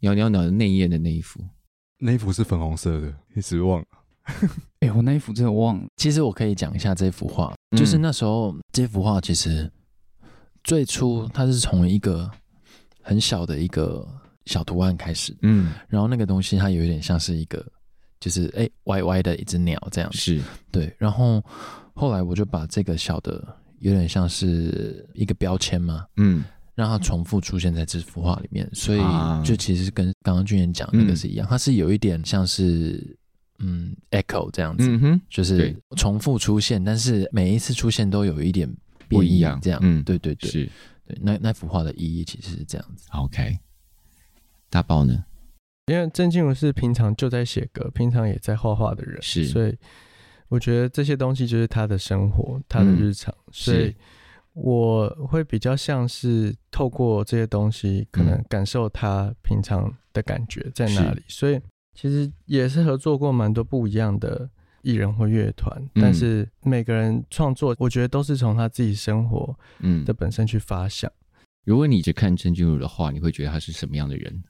Speaker 1: 鸟鸟鸟的内衣页的那一幅。
Speaker 3: 那一幅是粉红色的，一直忘了。
Speaker 7: 哎、我那一幅真的忘了。
Speaker 2: 其实我可以讲一下这幅画，就是
Speaker 1: 嗯
Speaker 2: 那时候这幅画其实最初它是从一个很小的一个小图案开始，
Speaker 1: 嗯，
Speaker 2: 然后那个东西它有一点像是一个就是哎歪歪的一只鸟这样子，
Speaker 1: 是，
Speaker 2: 对，然后后来我就把这个小的有点像是一个标签嘛，
Speaker 1: 嗯，
Speaker 2: 让它重复出现在这幅画里面，所以
Speaker 1: 啊嗯
Speaker 2: 就其实跟刚刚俊彦讲的那个是一样，它是有一点像是嗯 echo 这样子，
Speaker 1: 嗯哼，
Speaker 2: 就是
Speaker 1: 对
Speaker 2: 重复出现，但是每一次出现都有一点变
Speaker 1: 不
Speaker 2: 异
Speaker 1: 一样
Speaker 2: 这样，
Speaker 1: 嗯
Speaker 2: 对对对，
Speaker 1: 是
Speaker 2: 对那那幅画的意义其实是这样子，
Speaker 1: OK。大爆呢？
Speaker 6: 因为郑静文是平常就在写歌，平常也在画画的人，
Speaker 1: 是
Speaker 6: 所以我觉得这些东西就是他的生活，他的
Speaker 1: 嗯
Speaker 6: 日常，所以我会比较像是透过这些东西，
Speaker 1: 嗯
Speaker 6: 可能感受他平常的感觉在哪里。所以其实也是合作过蛮多不一样的艺人或乐团，
Speaker 1: 嗯
Speaker 6: 但是每个人创作，我觉得都是从他自己生活
Speaker 1: 嗯
Speaker 6: 的，本身去发想。
Speaker 1: 如果你只看郑君儒的话，你会觉得他是什么样的人？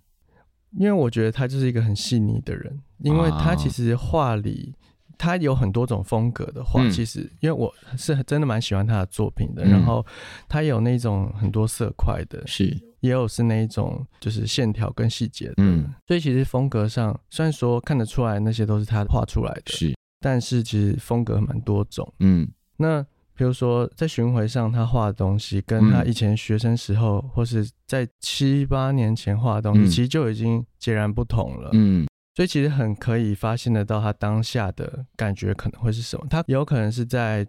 Speaker 6: 因为我觉得他就是一个很细腻的人，因为
Speaker 1: 啊
Speaker 6: 他其实画里他有很多种风格的画，
Speaker 1: 嗯
Speaker 6: 其实因为我是真的蛮喜欢他的作品的，
Speaker 1: 嗯
Speaker 6: 然后他有那种很多色块的，
Speaker 1: 是，
Speaker 6: 也有是那一种就是线条跟细节的，
Speaker 1: 嗯，
Speaker 6: 所以其实风格上虽然说看得出来那些都是他画出来的，
Speaker 1: 是，
Speaker 6: 但是其实风格蛮多种。
Speaker 1: 嗯，
Speaker 6: 那比如说在巡回上他画的东西，跟他
Speaker 1: 嗯
Speaker 6: 以前学生时候、或是在七八年前画的东西，
Speaker 1: 嗯
Speaker 6: 其实就已经截然不同了。
Speaker 1: 嗯，
Speaker 6: 所以其实很可以发现得到他当下的感觉可能会是什么，他有可能是在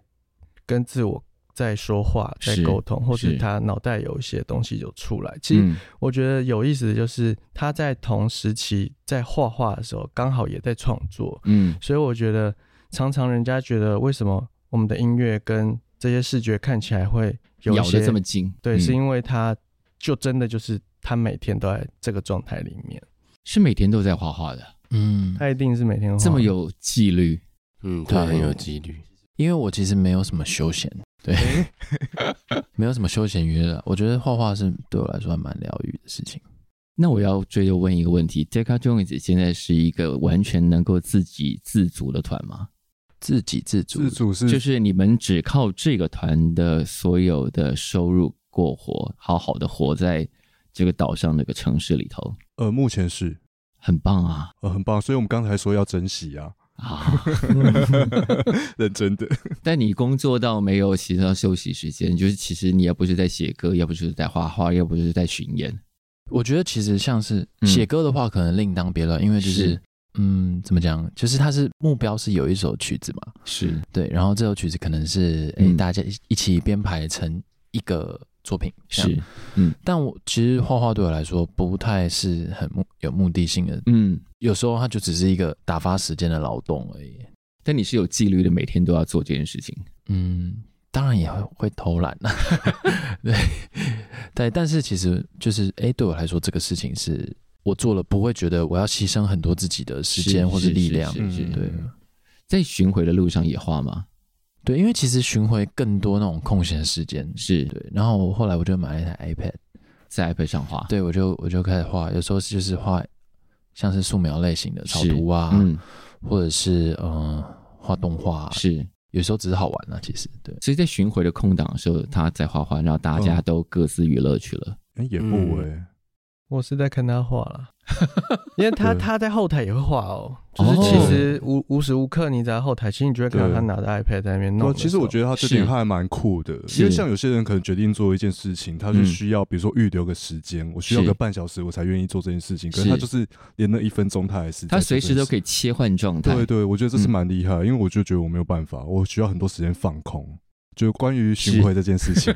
Speaker 6: 跟自我在说话、在
Speaker 1: 是
Speaker 6: 沟通，或
Speaker 1: 是
Speaker 6: 是他脑袋有一些东西就出来。其实
Speaker 1: 嗯
Speaker 6: 我觉得有意思的就是他在同时期在画画的时候，刚好也在创作，
Speaker 1: 嗯，
Speaker 6: 所以我觉得常常人家觉得为什么我们的音乐跟这些视觉看起来会有一
Speaker 1: 咬
Speaker 6: 些
Speaker 1: 得这么紧，
Speaker 6: 对，
Speaker 1: 嗯
Speaker 6: 是因为他就真的就是他每天都在这个状态里面，
Speaker 1: 嗯是每天都在画画的，
Speaker 2: 嗯，
Speaker 6: 他一定是每天画
Speaker 1: 这么有纪律，
Speaker 5: 嗯，他很有纪律，
Speaker 2: 因为我其实没有什么休闲， 对，没有什么休闲娱乐，我觉得画画是对我来说还蛮疗愈的事情。
Speaker 1: 那我要追着问一个问题 d e c a Jones 现在是一个完全能够自给自足的团吗？
Speaker 2: 自给自足，
Speaker 3: 自主是
Speaker 1: 就是你们只靠这个团的所有的收入过活，好好的活在这个岛上这个城市里头，
Speaker 3: 呃，目前是
Speaker 1: 很棒啊
Speaker 3: 呃很棒，所以我们刚才说要珍惜啊，
Speaker 1: 啊！
Speaker 3: 认真的。
Speaker 1: 但你工作到没有其他休息时间，就是其实你要不是在写歌，要不就是在画画，要不就是在巡演，
Speaker 2: 我觉得其实像是
Speaker 1: 嗯
Speaker 2: 写歌的话，可能另当别论，因为就是
Speaker 1: 是
Speaker 2: 嗯，怎么讲，就是它是目标是有一首曲子嘛，
Speaker 1: 是
Speaker 2: 对，然后这首曲子可能是诶、
Speaker 1: 嗯
Speaker 2: 大家一一起编排成一个作品，这样
Speaker 1: 是，
Speaker 2: 但我其实画画对我来说不太是很目有目的性的，
Speaker 1: 嗯。
Speaker 2: 有时候它就只是一个打发时间的劳动而已，
Speaker 1: 但你是有纪律的，每天都要做这件事情，
Speaker 2: 嗯，当然也会会偷懒 啊，对对，但是其实就是哎、诶对我来说，这个事情是我做了不会觉得我要牺牲很多自己的时间或
Speaker 1: 是
Speaker 2: 是力量，
Speaker 1: 是是是
Speaker 2: 对
Speaker 1: 在巡回的路上也画吗？
Speaker 2: 对，因为其实巡回更多那种空闲时间，
Speaker 1: 是
Speaker 2: 对，然后后来我就买了一台 iPad，
Speaker 1: 在 iPad 上画，
Speaker 2: 对我就我就开始画，有时候就是画像是素描类型的草
Speaker 1: 是
Speaker 2: 图啊，
Speaker 1: 嗯，
Speaker 2: 或者是嗯画动画、啊，
Speaker 1: 是。
Speaker 2: 有时候只是好玩啊，其实对。
Speaker 1: 所以在巡回的空档的时候，他在画画，然后大家都各自娱乐去了。
Speaker 3: 哎也
Speaker 5: 嗯
Speaker 3: 不哎，
Speaker 6: 我是在看他画了， 因为他
Speaker 3: 对
Speaker 6: 他在后台也会画哦，就
Speaker 1: 哦
Speaker 6: 是其实无无时无刻你在后台，其实你就会看到
Speaker 3: 对
Speaker 6: 他拿着 iPad 在那边弄
Speaker 3: 那
Speaker 6: 的时候。
Speaker 3: 啊其实我觉得他这
Speaker 1: 是
Speaker 3: 点还蛮酷的，
Speaker 1: 是
Speaker 3: 因为像有些人可能决定做一件事情，他
Speaker 1: 嗯
Speaker 3: 是需要比如说预留个时间，我需要
Speaker 1: 是
Speaker 3: 个半小时我才愿意做这件事情，可
Speaker 1: 是
Speaker 3: 是他就是连那一分钟他还是
Speaker 1: 他随时都可
Speaker 3: 以。
Speaker 1: 以切换状态。
Speaker 3: 对对，我觉得这是
Speaker 1: 嗯
Speaker 3: 蛮厉害，因为我就觉得我没有办法，我需要很多时间放空。就关于巡回这件事情，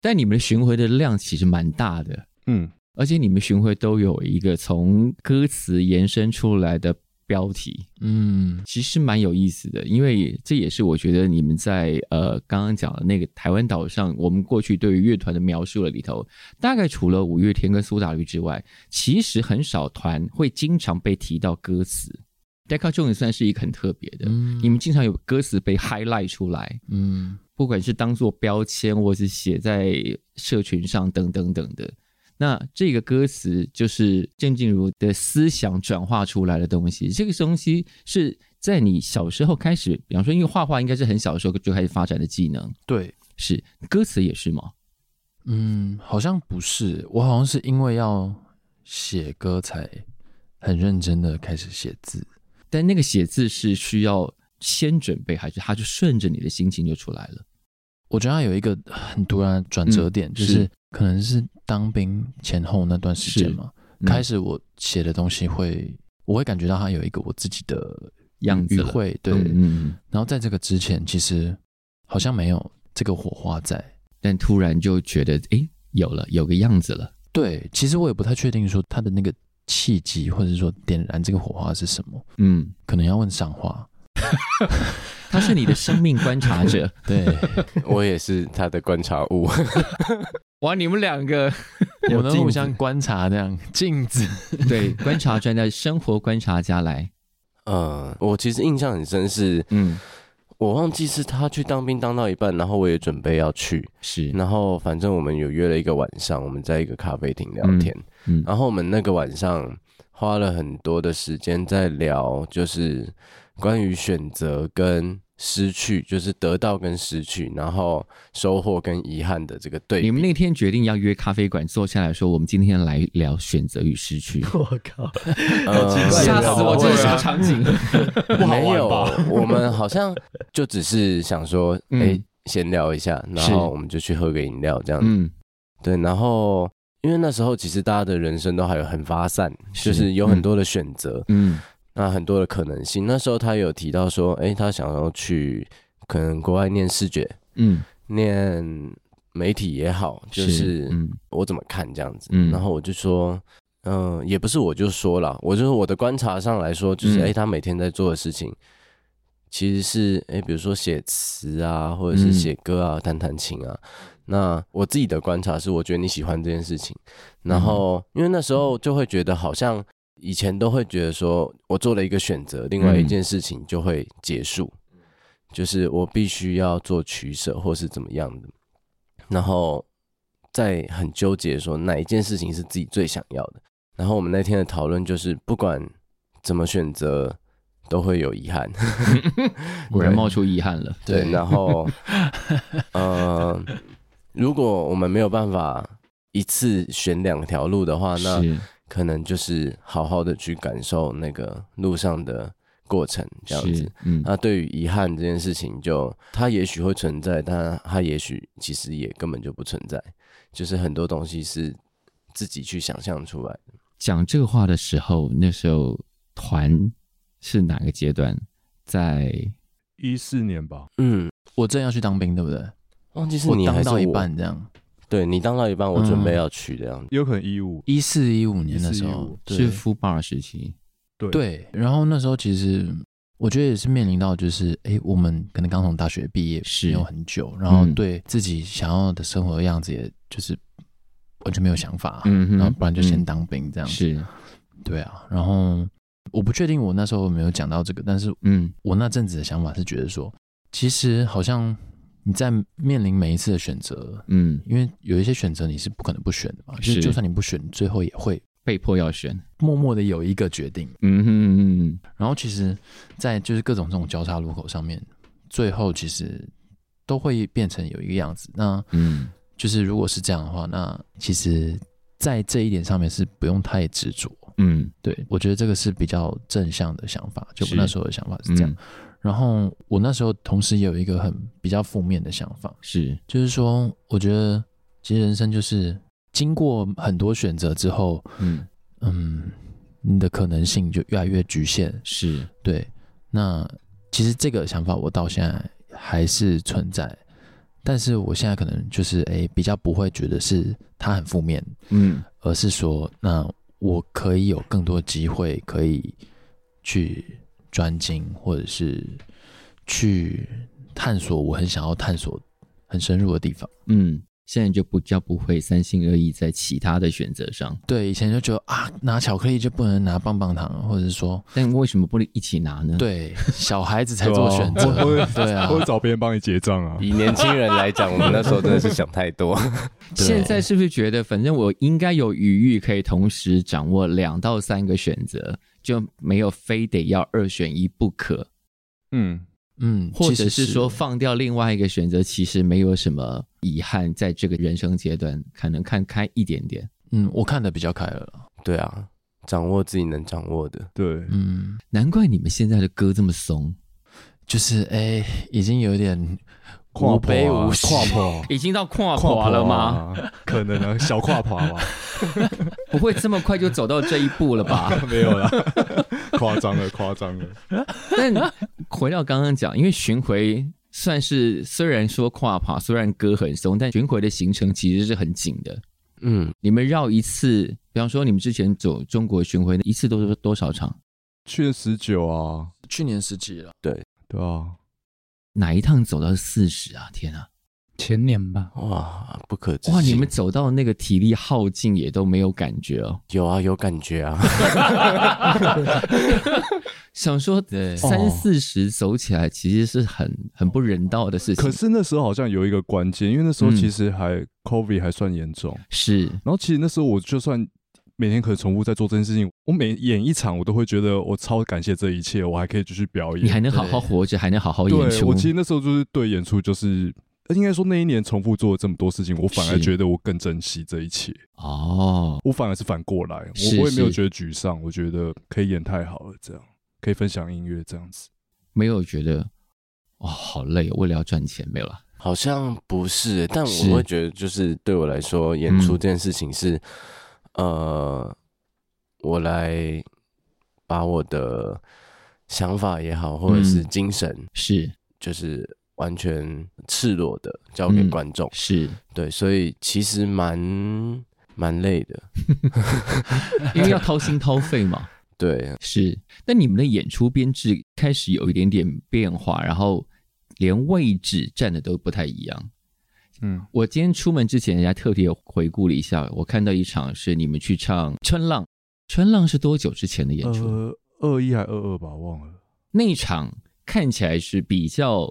Speaker 1: 但你们巡回的量其实蛮大的，
Speaker 3: 嗯，
Speaker 1: 而且你们巡回都有一个从歌词延伸出来的标题，
Speaker 2: 嗯，
Speaker 1: 其实蛮有意思的。因为这也是我觉得你们在呃刚刚讲的那个台湾岛上，我们过去对于乐团的描述了里头，大概除了五月天跟苏打绿之外，其实很少团会经常被提到歌词。Deca Jones 算是一个很特别的，
Speaker 2: 嗯
Speaker 1: 你们经常有歌词被 highlight 出来，
Speaker 2: 嗯，
Speaker 1: 不管是当做标签，或是写在社群上等等等的。那这个歌词就是郑静茹的思想转化出来的东西。这个东西是在你小时候开始，比方说，因为画画应该是很小的时候就开始发展的技能，
Speaker 2: 对，
Speaker 1: 是歌词也是吗？
Speaker 2: 嗯，好像不是，我好像是因为要写歌才很认真的开始写字。
Speaker 1: 但那个写字是需要先准备，还是他就顺着你的心情就出来了？
Speaker 2: 我觉得它有一个很突然的转折点，
Speaker 1: 嗯
Speaker 2: 就是是可能是当兵前后那段时间嘛，
Speaker 1: 嗯
Speaker 2: 开始我写的东西会，我会感觉到它有一个我自己的
Speaker 1: 样子
Speaker 2: 语
Speaker 1: 了
Speaker 2: 汇，对。
Speaker 1: 嗯嗯，嗯
Speaker 2: 然后在这个之前，其实好像没有这个火花在。
Speaker 1: 但突然就觉得，诶，有了，有个样子了。
Speaker 2: 对，其实我也不太确定说它的那个契机，或者说点燃这个火花是什么，
Speaker 1: 嗯，
Speaker 2: 可能要问 赏花。
Speaker 1: 他是你的生命观察 者。
Speaker 2: 对，
Speaker 5: 我也是他的观察物，
Speaker 1: 哇，你们两个
Speaker 2: 我
Speaker 6: 有
Speaker 2: 们
Speaker 6: 镜
Speaker 2: 互
Speaker 6: 子
Speaker 2: 相观察这样镜子。
Speaker 1: 对观察专家、生活观察家来，
Speaker 5: 嗯，我其实印象很深是，
Speaker 1: 嗯，
Speaker 5: 我忘记是他去当兵当到一半，然后我也准备要去，
Speaker 1: 是，
Speaker 5: 然后反正我们有约了一个晚上，我们在一个咖啡厅聊天，
Speaker 1: 嗯嗯
Speaker 5: 然后我们那个晚上花了很多的时间在聊，就是关于选择跟失去，就是得到跟失去，然后收获跟遗憾的这个对比。
Speaker 1: 你们那天决定要约咖啡馆坐下来说，我们今天来聊选择与失去。
Speaker 6: 我靠，
Speaker 5: 呃
Speaker 1: 吓死我！这
Speaker 3: 对
Speaker 1: 是什
Speaker 3: 啊
Speaker 1: 么场景？
Speaker 5: 没有，我们好像就只是想说，哎、
Speaker 1: 嗯
Speaker 5: 闲聊一下，然
Speaker 1: 是
Speaker 5: 后我们就去喝个饮料这样子。
Speaker 1: 嗯，
Speaker 5: 对，然后因为那时候其实大家的人生都还有很发散，
Speaker 1: 是
Speaker 5: 就是有很多的选择，
Speaker 1: 嗯，
Speaker 5: 那很多的可能性。那时候他有提到说，哎，他想要去可能国外念视觉，
Speaker 1: 嗯，
Speaker 5: 念媒体也好，就是
Speaker 1: 嗯，
Speaker 5: 我怎么看这样子。
Speaker 1: 嗯
Speaker 5: 然后我就说。嗯、也不是，我就说了，我就是我的观察上来说，就是
Speaker 1: 嗯
Speaker 5: 哎、他每天在做的事情，其实是哎、比如说写词啊，或者是
Speaker 1: 嗯
Speaker 5: 写歌啊，弹弹琴啊。那我自己的观察是，我觉得你喜欢这件事情，然后因为那时候就会觉得好像以前都会觉得说我做了一个选择，另外一件事情就会结束，就是我必须要做取舍或是怎么样的，然后在很纠结说哪一件事情是自己最想要的。然后我们那天的讨论就是，不管怎么选择，都会有遗憾。
Speaker 1: 果然冒出遗憾了。
Speaker 5: 对，然后呃，如果我们没有办法一次选两条路的话，那
Speaker 1: 是
Speaker 5: 可能就是好好的去感受那个路上的过程，这样子
Speaker 1: 是。，嗯，
Speaker 5: 那对于遗憾这件事情就，它也许会存在，但它也许其实也根本就不存在，就是很多东西是自己去想象出来的。
Speaker 1: 讲这个话的时候，那时候团是哪个阶段？在
Speaker 3: 一四年吧，
Speaker 5: 嗯，
Speaker 2: 我正要去当兵，对不对？
Speaker 5: 忘记是
Speaker 2: 我
Speaker 5: 你还
Speaker 2: 当
Speaker 5: 是
Speaker 2: 到一
Speaker 5: 我
Speaker 2: 半这样，
Speaker 5: 对你当到一半，我准备
Speaker 2: 嗯
Speaker 5: 要去的样子。
Speaker 3: 也有可能一五，
Speaker 2: 一四一五年的时候
Speaker 3: 14-15，
Speaker 1: 是
Speaker 2: 对
Speaker 1: 夫巴尔时期，
Speaker 3: 对，
Speaker 2: 对。然后那时候其实我觉得也是面临到，就是哎、诶我们可能刚从大学毕业
Speaker 1: 是
Speaker 2: 没有很久，然后
Speaker 1: 嗯
Speaker 2: 对自己想要的生活的样子，也就是完全没有想法，
Speaker 1: 嗯哼
Speaker 2: 然后不然就先
Speaker 1: 嗯
Speaker 2: 当兵这样子。
Speaker 1: 是，
Speaker 2: 对啊，然后我不确定我那时候有没有讲到这个，但是
Speaker 1: 嗯
Speaker 2: 我那阵子的想法是觉得说，其实好像你在面临每一次的选择，
Speaker 1: 嗯，
Speaker 2: 因为有一些选择你是不可能不选的嘛，就是就算你不选，最后也会
Speaker 1: 被迫要选，
Speaker 2: 默默的有一个决定。
Speaker 1: 嗯哼嗯哼
Speaker 2: 然后其实，在就是各种这种交叉路口上面，最后其实都会变成有一个样子。那
Speaker 1: 嗯
Speaker 2: 就是如果是这样的话，那其实，在这一点上面是不用太执着。
Speaker 1: 嗯
Speaker 2: 对我觉得这个是比较正向的想法，就我
Speaker 1: 是
Speaker 2: 那时候的想法是
Speaker 1: 嗯，
Speaker 2: 这样。然后我那时候同时也有一个很比较负面的想法，
Speaker 1: 是，
Speaker 2: 就是说，我觉得其实人生就是经过很多选择之后，
Speaker 1: 嗯
Speaker 2: 嗯，你的可能性就越来越局限。
Speaker 1: 是，
Speaker 2: 对，那其实这个想法我到现在还是存在，但是我现在可能就是诶、比较不会觉得是它很负面，
Speaker 1: 嗯
Speaker 2: 而是说，那我可以有更多机会可以去专精，或者是去探索我很想要探索很深入的地方。
Speaker 1: 嗯，现在就不叫不会三心二意在其他的选择上，
Speaker 2: 对，以前就觉得啊，拿巧克力就不能拿棒棒糖，或者是说，
Speaker 1: 但为什么不能一起拿呢？，
Speaker 2: 对，小孩子才做选择
Speaker 3: 对啊我我，
Speaker 2: 对啊
Speaker 3: 我，会找别人帮你结账啊。
Speaker 5: 以年轻人来讲，我们那时候真的是想太多。
Speaker 2: 对
Speaker 1: 现在是不是觉得反正我应该有余裕可以同时掌握两到三个选择，就没有非得要二选一不可，
Speaker 3: 嗯，
Speaker 2: 嗯，
Speaker 1: 或
Speaker 2: 其
Speaker 1: 者
Speaker 2: 实
Speaker 1: 是说放掉另外一个选择，其实没有什么遗憾，在这个人生阶段可能看开一点点。
Speaker 2: 嗯，我看的比较开了啦，
Speaker 5: 对啊，掌握自己能掌握的。
Speaker 3: 对，
Speaker 2: 嗯，
Speaker 1: 难怪你们现在的歌这么松，
Speaker 2: 就是哎、已经有点
Speaker 3: 跨婆
Speaker 2: 无悲
Speaker 3: 啊
Speaker 2: 无喜，
Speaker 3: 跨婆，
Speaker 1: 已经到 跨
Speaker 3: 跨
Speaker 1: 垮
Speaker 3: 婆
Speaker 1: 了吗？
Speaker 3: 啊？可能啊，小跨婆吧，
Speaker 1: 不会这么快就走到这一步了吧？
Speaker 3: 没有啦， 夸张了，夸张了。
Speaker 1: 但回到刚刚讲，因为巡回算是虽然说跨跑，虽然歌很松，但巡回的行程其实是很紧的。
Speaker 5: 嗯，
Speaker 1: 你们绕一次，比方说你们之前走中国巡回，一次都是多少场？
Speaker 3: 去年十九啊，
Speaker 2: 去年十几了，
Speaker 3: 对啊，
Speaker 1: 哪一趟走到四十啊？天啊！
Speaker 7: 前年吧，
Speaker 5: 哇，不可置信。
Speaker 1: 哇，你们走到那个体力耗尽也都没有感觉哦。
Speaker 5: 有啊，有感觉啊。
Speaker 1: 想说
Speaker 2: 对
Speaker 1: 三
Speaker 3: 哦
Speaker 1: 四十走起来其实是很很不人道的事情。
Speaker 3: 可是那时候好像有一个关键，因为那时候
Speaker 1: 嗯
Speaker 3: 其实还、COVID 还算严重，
Speaker 1: 是
Speaker 3: 然后其实那时候我就算每天可能重复在做这件事情，我每演一场，我都会觉得我超感谢这一切，我还可以继续表演。
Speaker 1: 你还能好好活着，还能好好演
Speaker 3: 对
Speaker 1: 出。
Speaker 3: 我其实那时候就是对演出就是。应该说那一年重复做了这么多事情，我反而
Speaker 1: 是
Speaker 3: 觉得我更珍惜这一切，
Speaker 1: 哦，
Speaker 3: 我反而是反过来，
Speaker 1: 是
Speaker 3: 我我也没有
Speaker 1: 是
Speaker 3: 觉得沮丧，我觉得可以演太好了，这样可以分享音乐这样子。
Speaker 1: 没有觉得哦好累，为了要赚钱没有了。
Speaker 5: 好像不是欸，但
Speaker 1: 是嗯
Speaker 5: 我会觉得，就是对我来说，演出这件事情是，呃，我来把我的想法也好，或者是
Speaker 1: 嗯
Speaker 5: 精神，
Speaker 1: 是
Speaker 5: 就是完全赤裸的交给
Speaker 1: 嗯
Speaker 5: 观众。
Speaker 1: 是，
Speaker 5: 对，所以其实蛮蛮累的。
Speaker 1: 因为要掏心掏肺嘛。
Speaker 5: 对，
Speaker 1: 是，那你们的演出编制开始有一点点变化，然后连位置站的都不太一样。
Speaker 3: 嗯，
Speaker 1: 我今天出门之前，人家特别回顾了一下，我看到一场是你们去唱《春浪》，《春浪》是多久之前的演出？
Speaker 3: 呃，二一还二二吧，忘了。
Speaker 1: 那一场看起来是比较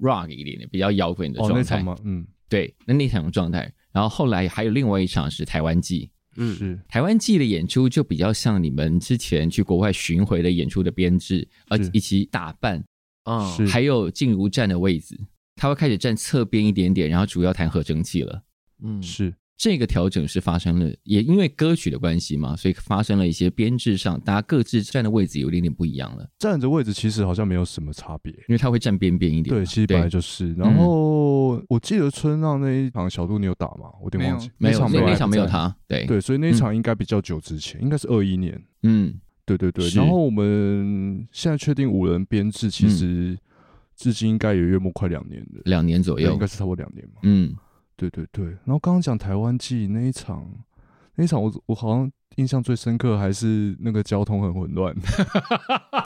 Speaker 1: rock 一点点，比较摇滚的
Speaker 3: 哦，
Speaker 1: 状
Speaker 3: 那
Speaker 1: 态。
Speaker 3: 场吗？嗯，
Speaker 1: 对，那那场状态。然后后来还有另外一场是台湾季，
Speaker 5: 嗯，
Speaker 3: 是
Speaker 1: 台湾季的演出就比较像你们之前去国外巡回的演出的编制，而
Speaker 3: 是
Speaker 1: 以及打扮，
Speaker 2: 嗯，
Speaker 3: 是
Speaker 1: 还有静茹站的位置，他会开始站侧边一点点，然后主要弹和声器了。
Speaker 2: 嗯，
Speaker 3: 是，
Speaker 1: 这个调整是发生了，也因为歌曲的关系嘛，所以发生了一些编制上，大家各自站的位置有一点点不一样了，
Speaker 3: 站着位置其实好像没有什么差别。
Speaker 1: 因为他会站边边一点嘛。啊嗯
Speaker 3: 对，其实本来就是。然后我记得春浪那一场，小度你有打吗？我有点忘记，
Speaker 1: 没有
Speaker 3: 场没
Speaker 1: 那
Speaker 3: 有
Speaker 1: 那
Speaker 3: 来
Speaker 1: 场没有。嗯他，对，
Speaker 3: 对，所以那一场应该比较久之前，应该是二一年。
Speaker 1: 嗯，
Speaker 3: 对对对。
Speaker 1: 是嗯
Speaker 3: 然后我们现在确定五人编制，其实至今应该也月末快两年了，
Speaker 1: 两年左
Speaker 3: 对
Speaker 1: 右
Speaker 3: 应该，是差不多两年嘛。
Speaker 1: 嗯，
Speaker 3: 对对对。然后刚刚讲台湾季那一场，那一场我我好像印象最深刻还是那个交通很混乱，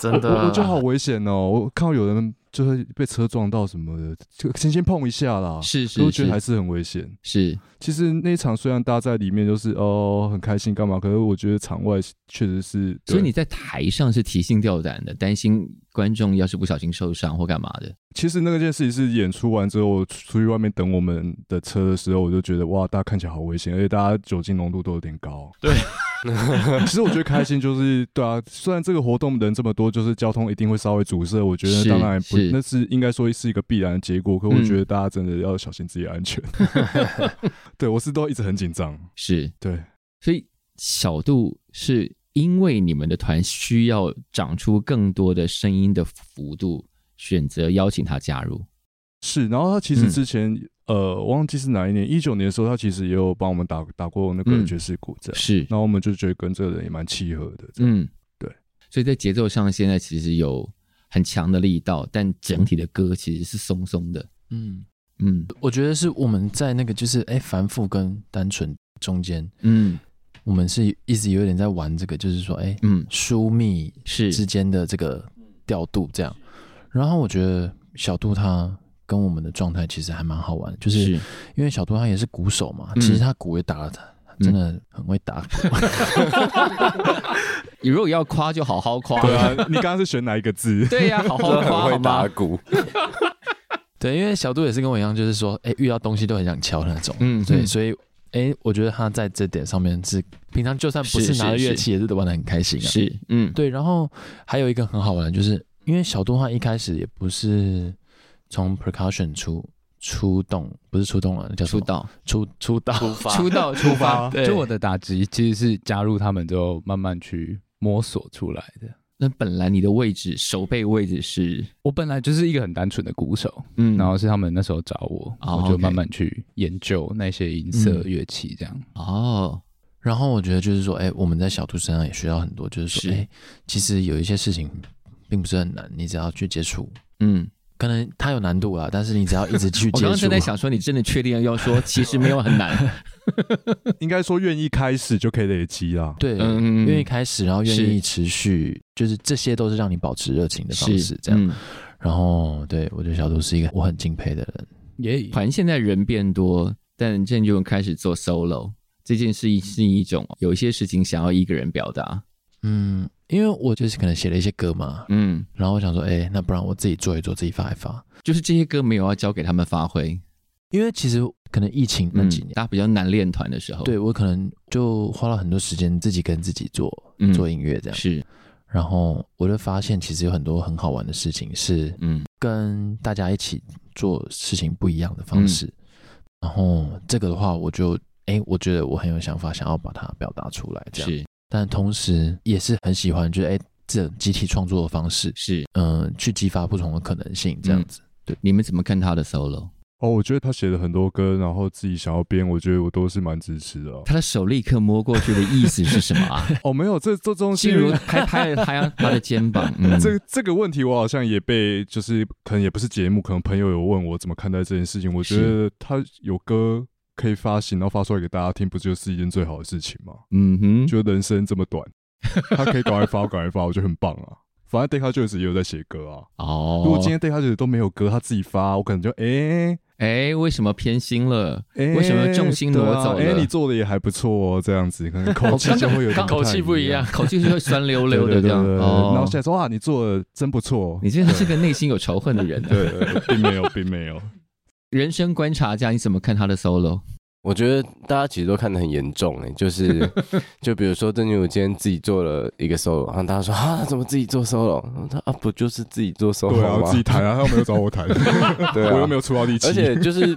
Speaker 2: 真
Speaker 1: 啊
Speaker 3: 我
Speaker 2: 的啊
Speaker 1: 哎
Speaker 3: 我觉得好危险哦！我看到有人就是被车撞到什么的，就轻轻碰一下啦，
Speaker 1: 是是
Speaker 3: 可我觉得还
Speaker 1: 是
Speaker 3: 是很危险。
Speaker 1: 是，
Speaker 3: 其实那一场虽然大家在里面就是哦很开心干嘛，可是我觉得场外确实是，对
Speaker 1: 所以你在台上是提心吊胆的，担心观众要是不小心受伤或干嘛的。
Speaker 3: 其实那个件事情是演出完之后，我出去外面等我们的车的时候，我就觉得哇，大家看起来好危险，而且大家酒精浓度都有点高。对，其实我觉得开心就是对啊，虽然这个活动人这么多，就是交通一定会稍微阻塞，我觉得
Speaker 1: 是
Speaker 3: 当然不，
Speaker 1: 是嗯
Speaker 3: 那是应该说是一个必然的结果。可我觉得大家真的要小心自己的安 全。对我是都一直很紧张，
Speaker 1: 是，
Speaker 3: 对，
Speaker 1: 所以小度是因为你们的团需要长出更多的声音的幅度，选择邀请他加入。
Speaker 3: 是。然后他其实
Speaker 1: 嗯
Speaker 3: 之前、呃，忘记是哪一年，一九年的时候，他其实也有帮我们打打过那个
Speaker 1: 嗯
Speaker 3: 爵士鼓这样。
Speaker 1: 是，
Speaker 3: 然后我们就觉得跟这个人也蛮契合的，嗯，
Speaker 1: 嗯，
Speaker 3: 对。
Speaker 1: 所以在节奏上，现在其实有很强的力道，但整体的歌其实是松松的。
Speaker 2: 嗯，
Speaker 1: 嗯
Speaker 2: 我觉得是我们在那个就是哎、繁复跟单纯中间，
Speaker 1: 嗯
Speaker 2: 我们是一直有点在玩这个，就是说哎、
Speaker 1: 嗯，
Speaker 2: 疏密
Speaker 1: 是
Speaker 2: 之间的这个调度这样。然后我觉得小杜他跟我们的状态其实还蛮好玩，就是
Speaker 1: 是
Speaker 2: 因为小杜他也是鼓手嘛，
Speaker 1: 嗯
Speaker 2: 其实他鼓也打了他。真的很会打鼓，
Speaker 1: 你如果要夸，就好好夸。
Speaker 3: 对啊，你刚刚是选哪一个 字？
Speaker 1: 对呀、好好
Speaker 5: 真
Speaker 1: 夸
Speaker 5: 的很
Speaker 1: 好
Speaker 5: 会
Speaker 1: 吗
Speaker 5: 打？鼓，
Speaker 2: 对，因为小杜也是跟我一样，就是说，哎、遇到东西都很想敲的那种，
Speaker 1: 嗯，
Speaker 2: 对，所以，哎、我觉得他在这点上面是平常就算不
Speaker 1: 是
Speaker 2: 是
Speaker 1: 是
Speaker 2: 拿着乐器，也是玩的很开心啊。
Speaker 1: 是嗯
Speaker 2: 对，然后还有一个很好玩的，就是因为小杜他一开始也不是从 percussion 出出动，不是出动了，叫什
Speaker 1: 出
Speaker 2: 么
Speaker 1: 道
Speaker 2: 出出道出发
Speaker 1: 出 道出发，对
Speaker 7: 就我的打击其实是加入他们之后慢慢去摸索出来的。
Speaker 1: 那本来你的位置手背位置是
Speaker 7: 我本来就是一个很单纯的鼓手，
Speaker 1: 嗯
Speaker 7: 然后是他们那时候找我，
Speaker 1: 哦
Speaker 7: 我就
Speaker 1: OK
Speaker 7: 慢慢去研究那些音色乐器这样。
Speaker 1: 哦
Speaker 2: 然后我觉得就是说，哎、我们在小杜身上也学到很多，就是
Speaker 1: 是
Speaker 2: 说，哎、其实有一些事情并不是很难，你只要去接触，
Speaker 1: 嗯，
Speaker 2: 可能它有难度啦，但是你只要一直去
Speaker 1: 我刚
Speaker 2: 接
Speaker 1: 刚
Speaker 2: 触
Speaker 1: 正，在想说，你真的确定要 说，其实没有很难，
Speaker 3: 应该说愿意开始就可以累积啦。
Speaker 2: 对，
Speaker 1: 嗯
Speaker 2: 愿意开始，然后愿
Speaker 1: 是
Speaker 2: 意持续，就是这些都是让你保持热情的方式，这样。
Speaker 1: 嗯
Speaker 2: 然后，对我觉得小杜是一个我很敬佩的人，
Speaker 7: 耶、
Speaker 1: 团现在人变多，但郑钧开始做 solo 这件事情是一种有一些事情想要一个人表达，
Speaker 2: 嗯，因为我就是可能写了一些歌嘛，
Speaker 1: 嗯，
Speaker 2: 然后我想说，哎、那不然我自己做一做，自己发一发，
Speaker 1: 就是这些歌没有要交给他们发挥，
Speaker 2: 因为其实可能疫情那
Speaker 1: 嗯
Speaker 2: 几年，
Speaker 1: 大家比较难练团的时候，
Speaker 2: 对我可能就花了很多时间自己跟自己做、
Speaker 1: 嗯
Speaker 2: 做音乐这样，
Speaker 1: 是，
Speaker 2: 然后我就发现其实有很多很好玩的事情是
Speaker 1: 嗯
Speaker 2: 跟大家一起做事情不一样的方式，然后这个的话，我就哎、我觉得我很有想法，想要把它表达出来这样，
Speaker 1: 是
Speaker 2: 但同时也是很喜欢，就是哎、这种集体创作的方式，
Speaker 1: 是，
Speaker 2: 嗯、去激发不同的可能性
Speaker 6: 嗯
Speaker 2: 这样子。
Speaker 1: 你们怎么看他的 solo？
Speaker 3: 哦，我觉得他写了很多歌，然后自己想要编，我觉得我都是蛮支持的哦。
Speaker 1: 他的手立刻摸过去的意思是什么啊？
Speaker 3: 哦，没有，这这东西
Speaker 1: 静，茹拍拍了他他的肩膀，嗯，
Speaker 3: 这这个问题我好像也被，就是可能也不是节目，可能朋友有问我怎么看待这件事情。我觉
Speaker 1: 是
Speaker 3: 得他有歌可以发行，然后发出来给大家听，不就是一件最好的事情吗？
Speaker 1: 嗯哼，
Speaker 3: 就人生这么短，他可以赶快发，赶快发，我觉得很棒啊。反正 Deca Joyce 也有在写歌啊。
Speaker 1: 哦，
Speaker 3: 如果今天 Deca Joyce 都没有歌，他自己发，我可能就哎
Speaker 1: 哎，为什么偏心了？
Speaker 3: 哎，
Speaker 1: 为什么重心挪走了
Speaker 3: 对啊哎、你做的也还不错哦，这样子，可能口气就会有点
Speaker 1: 口气不一样，，口气是会酸溜溜的
Speaker 3: 对对
Speaker 1: 这样。
Speaker 3: 对对对
Speaker 1: 哦，
Speaker 3: 然后现在说哇，你做的真不错，哦
Speaker 1: 你真的是个内心有仇恨的人。啊
Speaker 3: 对，对对并没有，并没有。
Speaker 1: 人生观察家，你怎么看他的 solo？
Speaker 5: 我觉得大家其实都看得很严重哎、就是 就比如说郑俊儒今天自己做了一个 solo，然后大家说啊怎么自己做 solo？他啊不就是自己做 solo
Speaker 3: 对啊，
Speaker 5: 吗？
Speaker 3: 我自己弹啊，他又没有找我弹，
Speaker 5: 对啊
Speaker 3: 我又没有出到力气，
Speaker 5: 而且就是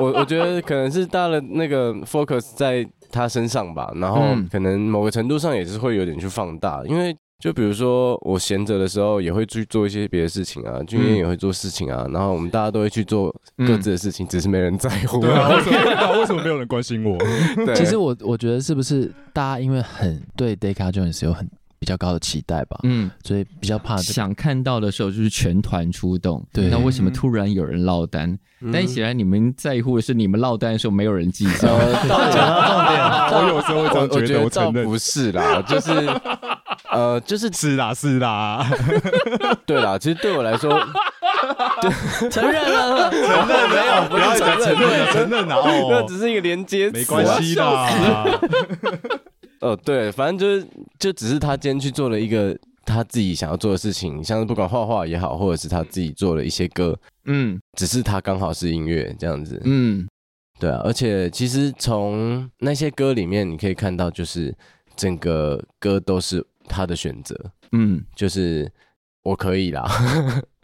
Speaker 5: 我我觉得可能是大家的那个 focus 在他身上吧，然后
Speaker 1: 嗯
Speaker 5: 可能某个程度上也是会有点去放大，因为就比如说我闲着的时候也会去做一些别的事情啊，俊
Speaker 3: 嗯
Speaker 5: 彦也会做事情啊，然后我们大家都会去做各自的事情，只是没人在乎。
Speaker 3: 对啊，为什么对啊为什么没有人关心我？
Speaker 5: 对
Speaker 2: 其实我我觉得是不是大家因为很对 Deca Jones 有很比较高的期待吧，
Speaker 1: 嗯，
Speaker 2: 所以比较怕这个
Speaker 1: 想看到的时候就是全团出动。
Speaker 2: 对
Speaker 1: 那为
Speaker 5: 嗯
Speaker 1: 什么突然有人落单？
Speaker 3: 嗯
Speaker 1: 但显然你们在乎的是你们落单的时候没有人计较。
Speaker 5: 呃，到底
Speaker 3: 我有时候会这样
Speaker 5: 我
Speaker 3: 觉得，我
Speaker 5: 倒
Speaker 3: 承认
Speaker 5: 不是啦，就是呃，就是
Speaker 3: 是啦是啦，
Speaker 5: 对啦，其实对我 来说，
Speaker 3: 哦
Speaker 6: 承认了，
Speaker 5: 承认没有，不
Speaker 3: 不要
Speaker 5: 是
Speaker 3: 再
Speaker 5: 承
Speaker 3: 承认了，啊
Speaker 5: 认，
Speaker 3: 承认了
Speaker 5: 那
Speaker 3: 哦，
Speaker 5: 只是一个连接词啊，
Speaker 3: 没关系啦，
Speaker 5: 哦，对，反正就是就只是他今天去做了一个他自己想要做的事情，像是不管画画也好，或者是他自己做了一些歌，
Speaker 1: 嗯
Speaker 5: 只是他刚好是音乐这样子。
Speaker 1: 嗯，
Speaker 5: 对啊，而且其实从那些歌里面你可以看到，就是整个歌都是他的选择，
Speaker 1: 嗯，
Speaker 5: 就是我可以啦，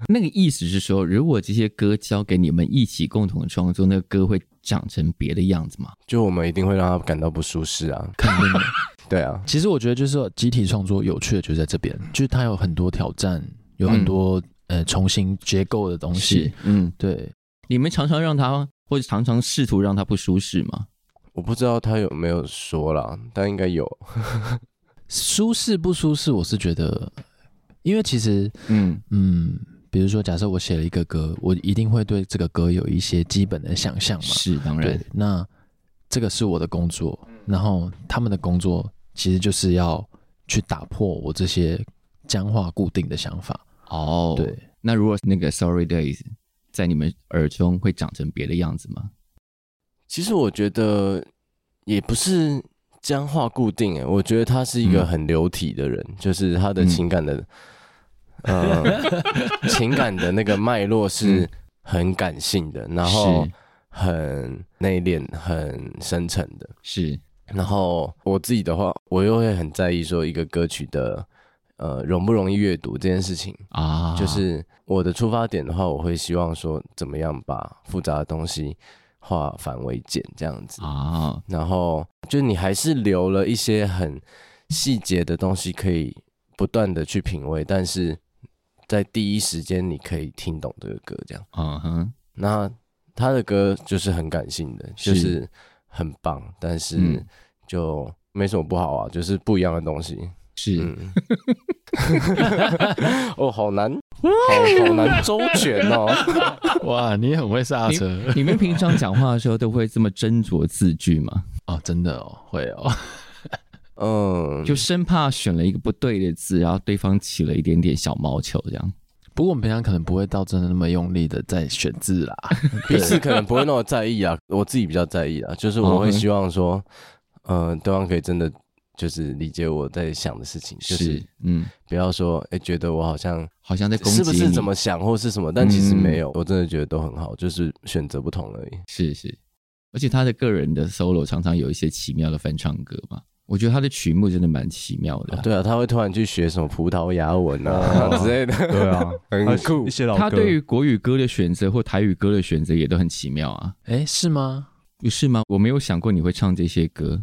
Speaker 1: 那个意思是说，如果这些歌交给你们一起共同创作，那个歌会长成别的样子吗？
Speaker 5: 就我们一定会让他感到不舒适啊。
Speaker 2: 肯定的。
Speaker 5: 对啊，
Speaker 2: 其实我觉得就是说集体创作有趣的就是在这边，就是它有很多挑战，有
Speaker 6: 嗯
Speaker 2: 很多、呃重新结构的 东西。，
Speaker 1: 嗯，
Speaker 2: 对，
Speaker 1: 你们常常让他，或者常常试图让他不舒适吗？
Speaker 5: 我不知道他有没有说啦，但应该有。
Speaker 2: 舒适不舒适，我是觉得，因为其实
Speaker 1: 嗯
Speaker 2: 嗯，比如说假设我写了一个歌，我一定会对这个歌有一些基本的想象嘛。
Speaker 1: 是当
Speaker 2: 对
Speaker 1: 然，，
Speaker 2: 那这个是我的工作，然后他们的工作其实就是要去打破我这些僵化固定的想法。
Speaker 1: 哦，
Speaker 2: 对，
Speaker 1: 那如果那个 Sorry Days 在你们耳中会长成别的样子吗？
Speaker 5: 其实我觉得也不是僵化固定诶，我觉得他是一个
Speaker 1: 嗯
Speaker 5: 很流体的人，就是他的情感的，呃， 情感的那个脉络是很感性的，然后很内敛、很深沉的。
Speaker 1: 是是，
Speaker 5: 然后我自己的话，我又会很在意说一个歌曲的。呃，容不容易阅读这件事情，
Speaker 1: 啊，
Speaker 5: 就是我的出发点的话，我会希望说怎么样把复杂的东西化繁为简这样子。
Speaker 1: 啊，
Speaker 5: 然后就你还是留了一些很细节的东西，可以不断的去品味，但是在第一时间你可以听懂这个歌，这样。
Speaker 1: 嗯哼，
Speaker 5: 那他的歌就是很感性的，
Speaker 1: 是
Speaker 5: 就是很棒，但是
Speaker 1: 嗯
Speaker 5: 就没什么不好啊，就是不一样的东西。
Speaker 1: 是。
Speaker 5: 嗯， 哦，好难，好好难周全哦。
Speaker 2: 哇，你很会刹车
Speaker 1: 你们平常讲话的时候都会这么斟酌字句吗？
Speaker 2: 哦，真的哦，会哦。
Speaker 5: 嗯，
Speaker 1: 就生怕选了一个不对的字，然后对方起了一点点小毛球，这样
Speaker 2: 不过我们平常可能不会到真的那么用力的在选字啦。
Speaker 5: 彼此可能不会那么在意啊，我自己比较在意啊，就是我会希望说，呃，对方可以真的就是理解我在想的事情，就是
Speaker 1: 嗯，
Speaker 5: 不要说哎、诶觉得我好像
Speaker 1: 好像在攻击
Speaker 5: 是
Speaker 1: 你，
Speaker 5: 不是怎么想或是什么，但其实
Speaker 1: 嗯
Speaker 5: 没有，我真的觉得都很好，就是选择不同而已。
Speaker 1: 是是，而且他的个人的 solo 常常有一些奇妙的翻唱歌嘛，我觉得他的曲目真的蛮奇妙的。
Speaker 5: 对啊，他会突然去学什么葡萄牙文啊 之类的，
Speaker 3: 对啊，
Speaker 5: 很酷
Speaker 3: 一。些老
Speaker 1: 他
Speaker 3: 歌，
Speaker 1: 对于国语歌的选择或台语歌的选择也都很奇妙啊，
Speaker 2: 哎，是吗？
Speaker 1: 不是吗？我没有想过你会唱这些歌，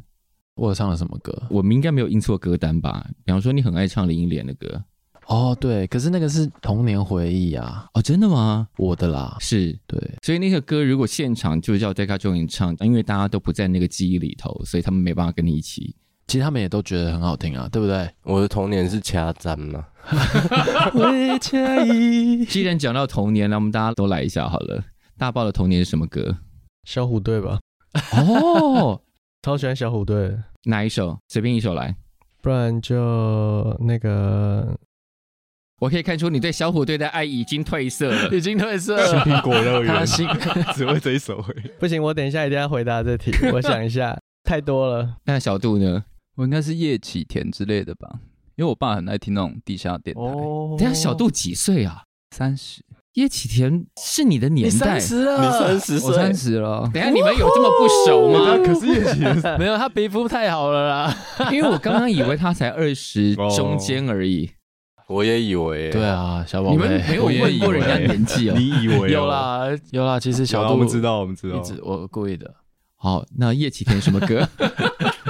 Speaker 2: 我有唱了什么歌？
Speaker 1: 我们应该没有印错歌单吧？比方说你很爱唱林忆莲的歌
Speaker 2: 哦，对，可是那个是童年回忆啊，
Speaker 1: 哦，真的吗？
Speaker 2: 我的啦。
Speaker 1: 是，
Speaker 2: 对，
Speaker 1: 所以那个歌如果现场就叫 Deca Join 唱，因为大家都不在那个记忆里头，所以他们没办法跟你一起。
Speaker 2: 其实他们也都觉得很好听啊，对不对？
Speaker 5: 我的童年是掐啊簪嘛，
Speaker 1: 既然讲到童年，那我们大家都来一下好了。大爆的童年是什么歌？
Speaker 6: 小虎队吧，
Speaker 1: 哦，
Speaker 6: 超喜欢小虎队的，
Speaker 1: 哪一首？随便一首来。
Speaker 6: 不然就那个
Speaker 1: 我可以看出你对小虎队的爱已经褪色了。
Speaker 2: 已经褪色
Speaker 3: 新
Speaker 2: 了。
Speaker 3: 苹果乐园
Speaker 2: 他，新
Speaker 3: 只会这一首而已。
Speaker 6: 不行，我等一下一定要回答这 题，我想一下，太多了。
Speaker 1: 那小杜呢？
Speaker 7: 我应该是叶启田之类的吧，因为我爸很爱听那种地下电台。
Speaker 6: 哦
Speaker 1: 等一下小杜几岁啊？
Speaker 7: 三十，
Speaker 1: 叶启田是你的年代。
Speaker 5: 你三十
Speaker 7: 我
Speaker 5: 岁，
Speaker 7: 三十了，
Speaker 1: 等一下你们有这么不熟
Speaker 3: 那
Speaker 1: 吗？
Speaker 3: 可是叶启田，
Speaker 2: 没有，他皮肤太好了啦。
Speaker 1: 因为我刚刚以为他才二十中间而已。
Speaker 5: 我也以为，
Speaker 2: 对，啊，小宝
Speaker 1: 你
Speaker 2: 贝，
Speaker 1: 们没有问过人家年纪哦。
Speaker 3: 你以为
Speaker 2: 有
Speaker 3: 哦？
Speaker 2: 啦有啦，其实
Speaker 3: 有
Speaker 2: 小
Speaker 3: 啦啊
Speaker 2: 杜
Speaker 3: 我们知，道，我们知道
Speaker 2: 一。直我故意的。
Speaker 1: 好，那叶启田什么歌？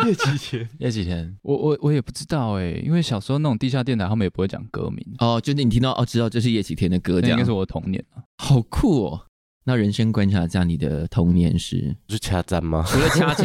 Speaker 3: 叶启田，
Speaker 2: 那几天
Speaker 7: 我我我也不知道哎、因为小时候那种地下电台，他们也不会讲歌名，
Speaker 1: 哦，就是你听到哦，知道这是叶启田的歌，
Speaker 7: 那
Speaker 1: 这
Speaker 7: 应
Speaker 1: 样
Speaker 7: 该是我的童年啊。
Speaker 1: 好酷哦。那人生观察家，你的童年是
Speaker 5: 是掐簪吗？
Speaker 1: 除了掐指，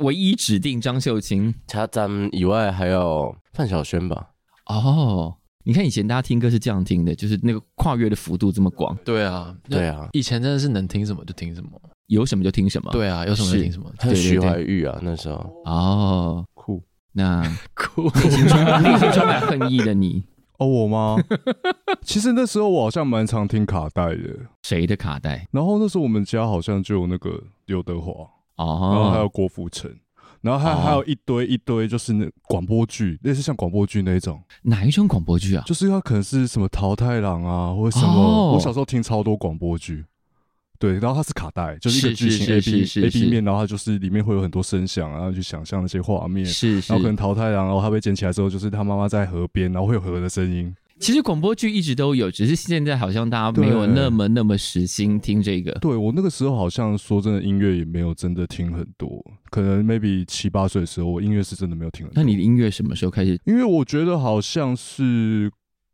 Speaker 1: 唯一指定张秀清
Speaker 5: 他咱们以外还有范晓萱吧？
Speaker 1: 哦。你看以前大家听歌是这样听的，就是那个跨越的幅度这么广，
Speaker 2: 对啊，
Speaker 5: 对，啊，
Speaker 2: 以前真的是能听什么就听什么，
Speaker 1: 有什么就听什么。
Speaker 2: 对啊，有什么就是听什么，
Speaker 5: 还有
Speaker 1: 对对
Speaker 5: 徐
Speaker 1: 对
Speaker 5: 怀钰啊，那时候
Speaker 1: 哦，
Speaker 3: 酷
Speaker 1: 那
Speaker 2: 酷，
Speaker 1: 内心充满内心充满恨意的你，
Speaker 3: 哦，我吗？ 其实那时候我好像蛮常听卡带的，
Speaker 1: 谁的卡带？
Speaker 3: 然后那时候我们家好像就有那个刘德华，然后还有
Speaker 1: 哦，
Speaker 3: 郭富城，然后还、还有一堆一堆就是那广播剧，类似像广播剧那一种，
Speaker 1: 哪一种广播剧啊？
Speaker 3: 就是它可能是什么桃太郎啊，或者什么。
Speaker 1: 哦
Speaker 3: 我小时候听超多广播剧，对，然后它是卡带，就是一个
Speaker 1: 是
Speaker 3: 剧情 A
Speaker 1: 是是
Speaker 3: B
Speaker 1: 是
Speaker 3: A
Speaker 1: 是
Speaker 3: B 面，然后它就是里面会有很多声响，啊然后去想象那些画面。
Speaker 1: 是是
Speaker 3: 然后可能桃太郎，然后他被捡起来之后，就是他妈妈在河边，然后会有河的声音。
Speaker 1: 其实广播剧一直都有，只是现在好像大家没有
Speaker 3: 对
Speaker 1: 那么那么实心听这个。
Speaker 3: 对我那个时候好像说真的，音乐也没有真的听很多，可能 maybe 七八岁的时候，我音乐是真的没有听很多。
Speaker 1: 那你的音乐什么时候开始？
Speaker 3: 因为我觉得好像是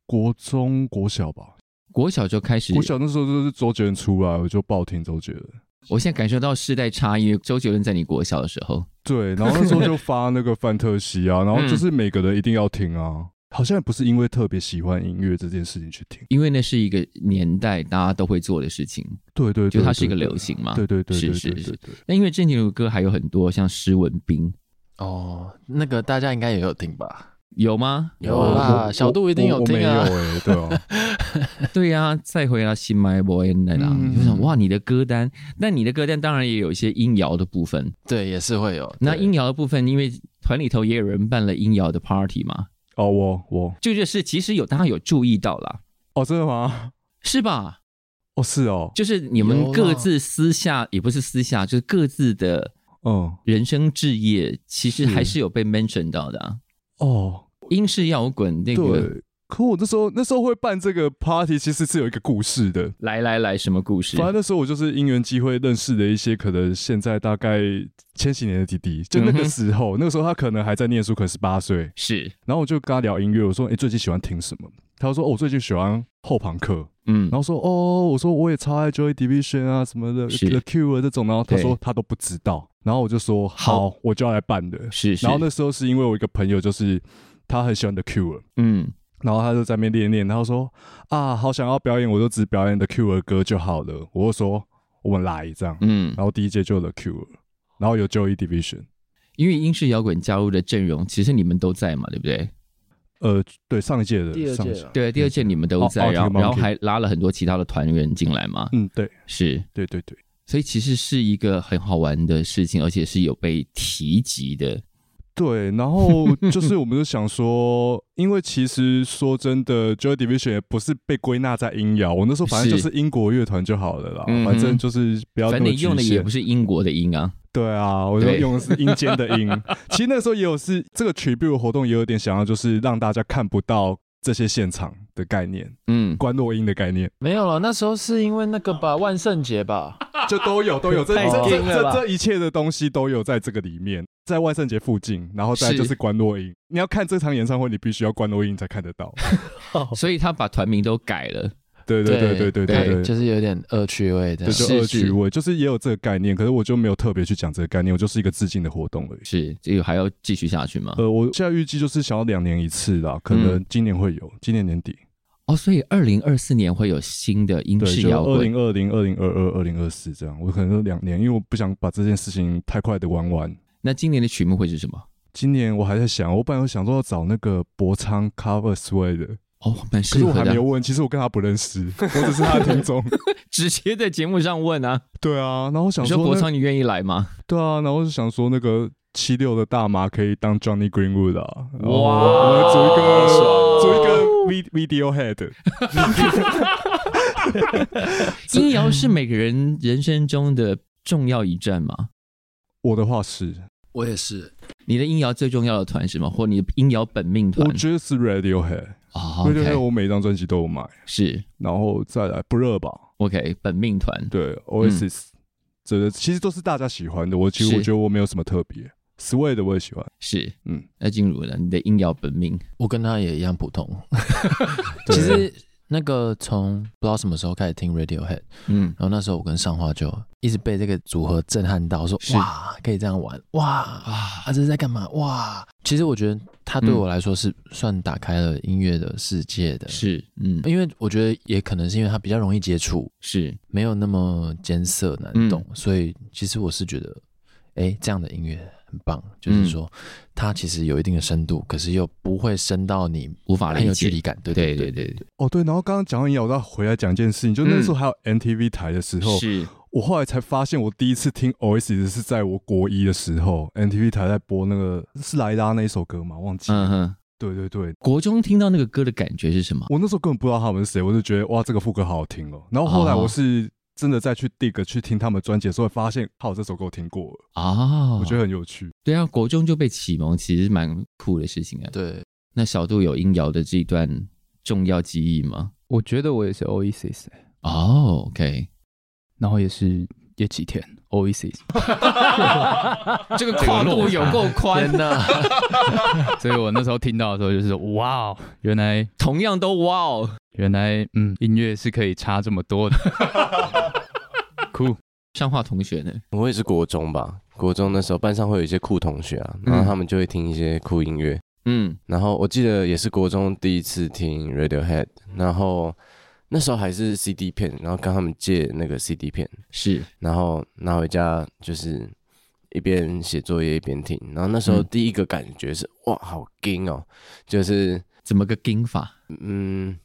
Speaker 3: 国中、国小吧，
Speaker 1: 国小就开始
Speaker 3: 国，小那时候就是周杰伦出来，我就爆听周杰伦。
Speaker 1: 我现在感受到世代差异。周杰伦在你国小的时候，
Speaker 3: 对，然后那 时候就发那个范特西啊，然后
Speaker 1: 嗯
Speaker 3: 就是每个人一定要听啊，好像也不是因为特别喜欢音乐这件事情去听。
Speaker 1: 因为那是一个年代大家都会做的事情，
Speaker 3: 对对对，
Speaker 1: 就它是一个
Speaker 3: 对对
Speaker 1: 流行嘛。
Speaker 3: 对对对对
Speaker 1: 是
Speaker 3: 对
Speaker 1: 是
Speaker 3: 对
Speaker 1: 是
Speaker 3: 对。
Speaker 1: 那因为郑洁如的歌还有很多，像施文斌
Speaker 2: 哦，那个大家应该也有听吧？
Speaker 1: 有啊吗？
Speaker 2: 有啦
Speaker 3: 我
Speaker 2: 小度一定有听啊
Speaker 3: 我我没有哎、对啊，
Speaker 1: 对呀、再回到新买 boy 那啦，
Speaker 2: 嗯
Speaker 1: 你就想哇，你的歌单，那你的歌单当然也有一些音摇的部分。
Speaker 2: 对，也是会有。
Speaker 1: 那
Speaker 2: 对
Speaker 1: 音摇的部分，因为团里头也有人办了音摇的 party 嘛，
Speaker 3: 哦，我我
Speaker 1: 这就是其实有大家有注意到啦，
Speaker 3: 哦，真的吗？
Speaker 1: 是吧？
Speaker 3: 哦，是哦，
Speaker 1: 就是你
Speaker 2: 有
Speaker 1: 们
Speaker 2: 啦
Speaker 1: 各自私下也不是私下，就是各自的
Speaker 3: 嗯，
Speaker 1: 人生置业，其实
Speaker 3: 是
Speaker 1: 还是有被 mention 到的、啊。
Speaker 3: 哦，
Speaker 1: 英式摇滚那个
Speaker 3: 对。可我那时候那时候会办这个 party，其实是有一个故事的。
Speaker 1: 来来来什么故事
Speaker 3: 反？正那时候我就是因缘机会认识的一些可能现在大概千禧年的弟弟，就
Speaker 1: 嗯
Speaker 3: 那个
Speaker 1: 哼
Speaker 3: 时候，那个时候他可能还在念书，可能十八岁。
Speaker 1: 是，
Speaker 3: 然后我就跟他聊音乐，我说：“哎、最近喜欢听什么？”他就说：“哦，我最近喜欢后朋克。”
Speaker 1: 嗯
Speaker 3: 然，后说：“哦，我说我也超爱 Joy Division 啊什么的
Speaker 1: 是
Speaker 3: ，The Cure 啊这种。”然后他
Speaker 1: 对
Speaker 3: 说他都不知道。然后我就说：“好，我就要来办的。
Speaker 1: 是”是
Speaker 3: 然，后那时候是因为我一个朋友，就是他很喜欢 The Cure，
Speaker 1: 嗯，
Speaker 3: 然后他就在那边练练，然后说啊，好想要表演，我就只表演的 Q 的歌就好了。我就说我们来这样，
Speaker 1: 嗯，
Speaker 3: 然后第一届就有了 Q，然后有 Joy Division，
Speaker 1: 因为英式摇滚加入的阵容，其实你们都在嘛，对不对？
Speaker 3: 呃，对上一届的
Speaker 2: 第二
Speaker 3: 上
Speaker 2: 届
Speaker 3: 一
Speaker 2: 了
Speaker 1: 对，第二届啊你们都
Speaker 3: 哦
Speaker 1: 在，
Speaker 3: 哦
Speaker 1: 然
Speaker 3: 这
Speaker 1: 后
Speaker 3: 个
Speaker 1: 然后
Speaker 3: monkey
Speaker 1: 还拉了很多其他的团员进来嘛，
Speaker 3: 嗯，对
Speaker 1: 是，
Speaker 3: 对对对
Speaker 1: 所以其实是一个很好玩的事情，而且是有被提及的，
Speaker 3: 对，然后就是我们就想说，因为其实说真的，Joy Division 也不是被归纳在音摇，我那时候反正就是是英国乐团就好了啦，
Speaker 1: 嗯哼
Speaker 3: 反正就是不要
Speaker 1: 反正
Speaker 3: 那么
Speaker 1: 你用
Speaker 3: 局
Speaker 1: 的也
Speaker 3: 限
Speaker 1: 不。是英国的音啊，
Speaker 3: 对啊，我就
Speaker 1: 对
Speaker 3: 用的是阴间的阴。其实那时候也有是这个 tribute 活动，也有点想要就是让大家看不到这些现场的概念，
Speaker 1: 嗯，
Speaker 3: 关落音的概念，
Speaker 2: 没有了，那时候是因为那个吧，万圣节吧。
Speaker 3: 就都有都有这
Speaker 2: 太
Speaker 3: 这这
Speaker 2: 惊了
Speaker 3: 这
Speaker 2: 吧
Speaker 3: 这一切的东西都有在这个里面，在万圣节附近，然后再来就是是关落音。你要看这场演唱会，你必须要关落音才看得到。
Speaker 1: 所以他把团名都改了，
Speaker 3: 对对对对对对
Speaker 2: 就是有点恶趣味这
Speaker 3: 对，就
Speaker 2: 样。
Speaker 3: 是恶趣
Speaker 1: 是
Speaker 3: 味，就是也有这个概念，可是我就没有特别去讲这个概念，我就是一个致敬的活动而已。
Speaker 1: 是，这个还要继续下去吗？
Speaker 3: 呃，我现在预计就是想要两年一次啦，可能
Speaker 1: 嗯
Speaker 3: 今年会有，今年年底。
Speaker 1: 哦，所以二零二四年会有新的英
Speaker 3: 对，
Speaker 1: 式
Speaker 3: 嗯就
Speaker 1: 摇
Speaker 3: 二
Speaker 1: 滚
Speaker 3: 零，二零、二零二二、二零二四这样，我可能就两年，因为我不想把这件事情太快的玩完。
Speaker 1: 那今年的曲目会是什么？
Speaker 3: 今年我还在想，我本来有想说要找那个博昌 Cover Sway 的，
Speaker 1: 哦，蛮
Speaker 3: 可
Speaker 1: 适
Speaker 3: 是我
Speaker 1: 合
Speaker 3: 还没
Speaker 1: 的
Speaker 3: 有，问，其实我跟他不认识，我只是他的听众。
Speaker 1: 直接在节目上问啊，
Speaker 3: 对啊，然后我想
Speaker 1: 你说
Speaker 3: 那
Speaker 1: 国昌你愿意来吗？
Speaker 3: 对啊，然后我就想说那个七六的大妈可以当 Johnny Greenwood 啊，然后
Speaker 1: 哇
Speaker 3: 我们组一
Speaker 1: 爽哦
Speaker 3: 个组一个 V Video Head，
Speaker 1: 音摇是每个人人生中的重要一站吗？
Speaker 3: 我的话是，
Speaker 2: 我也是，
Speaker 1: 你的音摇最重要的团是吗？或你的音摇本命团
Speaker 3: 我？觉得是 Radiohead，Radiohead、
Speaker 1: 哦，OK，
Speaker 3: 我每张专辑都有买，
Speaker 1: 是
Speaker 3: 然后再来不热吧。
Speaker 1: OK，本命团。
Speaker 3: 对，Oasis，这、个其实都是大家喜欢的。我其
Speaker 1: 是
Speaker 3: 实我觉得我没有什么特别，Sway 的我也喜欢。
Speaker 1: 是，嗯
Speaker 3: 嗯，
Speaker 1: 那进入了你的音摇本命，
Speaker 2: 我跟他也一样普通。
Speaker 3: 对
Speaker 2: 其实那个从不知道什么时候开始听 Radiohead，
Speaker 1: 嗯，
Speaker 2: 然后那时候我跟上花就一直被这个组合震撼到，说
Speaker 1: 是
Speaker 2: 哇可以这样玩，哇啊这是在干嘛？哇！其实我觉得他对
Speaker 1: 嗯
Speaker 2: 我来说是算打开了音乐的世界的，
Speaker 1: 是，嗯
Speaker 2: 因为我觉得也可能是因为他比较容易接触，
Speaker 1: 是，
Speaker 2: 没有那么艰涩难懂，
Speaker 1: 嗯
Speaker 2: 所以其实我是觉得，哎，这样的音乐很棒，
Speaker 1: 嗯
Speaker 2: 就是说、它其实有一定的深度，可是又不会深到你
Speaker 1: 无法
Speaker 2: 很
Speaker 1: 理
Speaker 2: 有距离
Speaker 1: 解。
Speaker 2: 感，对
Speaker 1: 对
Speaker 2: 对
Speaker 1: 对对，
Speaker 3: 哦，对，然后刚刚讲完以后，我再回来讲一件事情，就那时候还有 MTV 台的时候，
Speaker 1: 嗯是
Speaker 3: 我后来才发现，我第一次听 Oasis 是在我国一的时候，MTV 台在播那个是莱拉那一首歌嘛，忘记了。
Speaker 1: 嗯哼，
Speaker 3: 对对对，
Speaker 1: 国中听到那个歌的感觉是什么？
Speaker 3: 我那时候根本不知道他们是谁，我就觉得哇，这个副歌好好听哦。然后后来我是真的再去 dig 去听他们专辑的时候，发现靠这首歌我听过了，
Speaker 1: 啊，
Speaker 3: 我觉得很有趣。
Speaker 1: 对啊，国中就被启蒙，其实蛮酷的事情啊。
Speaker 2: 对，
Speaker 1: 那小度有音摇的这一段重要记忆吗？
Speaker 7: 我觉得我也是 Oasis，欸
Speaker 1: 哦，OK，
Speaker 7: 然后也是也几天 Oasis，
Speaker 1: 这个跨度有够宽
Speaker 2: 天，哪，
Speaker 7: 所以我那时候听到的时候就是哇，原来
Speaker 1: 同样都哇哦，
Speaker 7: 原来嗯，音乐是可以差这么多的。酷，
Speaker 1: 上化同学呢？
Speaker 5: 我也是国中吧，国中那时候班上会有一些酷同学啊，然后他们就会听一些酷音乐。
Speaker 1: 嗯，
Speaker 5: 然后我记得也是国中第一次听 Radiohead，然后那时候还是 CD 片，然后跟他们借那个 CD 片，
Speaker 1: 是
Speaker 5: 然后拿回家就是一边写作业一边听。然后那时候
Speaker 1: 嗯
Speaker 5: 第一个感觉是、哇，好惊哦，就是
Speaker 1: 怎么个盯法？
Speaker 5: 嗯，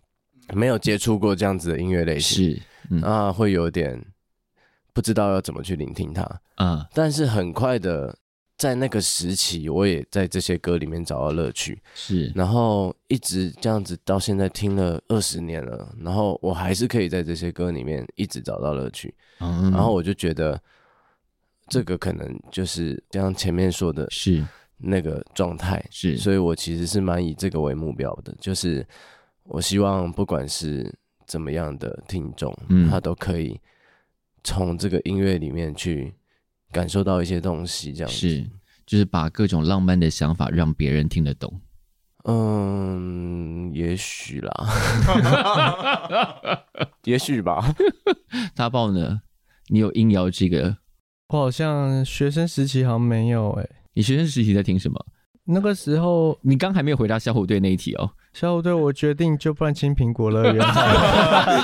Speaker 5: 没有接触过这样子的音乐类型，
Speaker 1: 是
Speaker 5: 啊，会有点不知道要怎么去聆听它。
Speaker 1: 啊，
Speaker 5: 但是很快的，在那个时期，我也在这些歌里面找到乐趣，
Speaker 1: 是
Speaker 5: 然后一直这样子到现在听了二十年了，然后我还是可以在这些歌里面一直找到乐趣，
Speaker 1: 嗯
Speaker 5: 然后我就觉得这个可能就是像前面说的
Speaker 1: 是
Speaker 5: 那个状态，
Speaker 1: 是
Speaker 5: 所以我其实是蛮以这个为目标的，就是我希望不管是怎么样的听众，
Speaker 1: 嗯
Speaker 5: 他都可以从这个音乐里面去感受到一些东西，这样子。
Speaker 1: 是，就是把各种浪漫的想法让别人听得懂。
Speaker 5: 嗯，也许啦，也许吧。
Speaker 1: 大豹呢？你有音摇这个？
Speaker 6: 我好像学生时期好像没有哎、
Speaker 1: 你学生时期在听什么？
Speaker 6: 那个时候
Speaker 1: 你刚还没有回答小虎队那一题哦。
Speaker 6: 小虎队，我决定就办青苹果 乐园。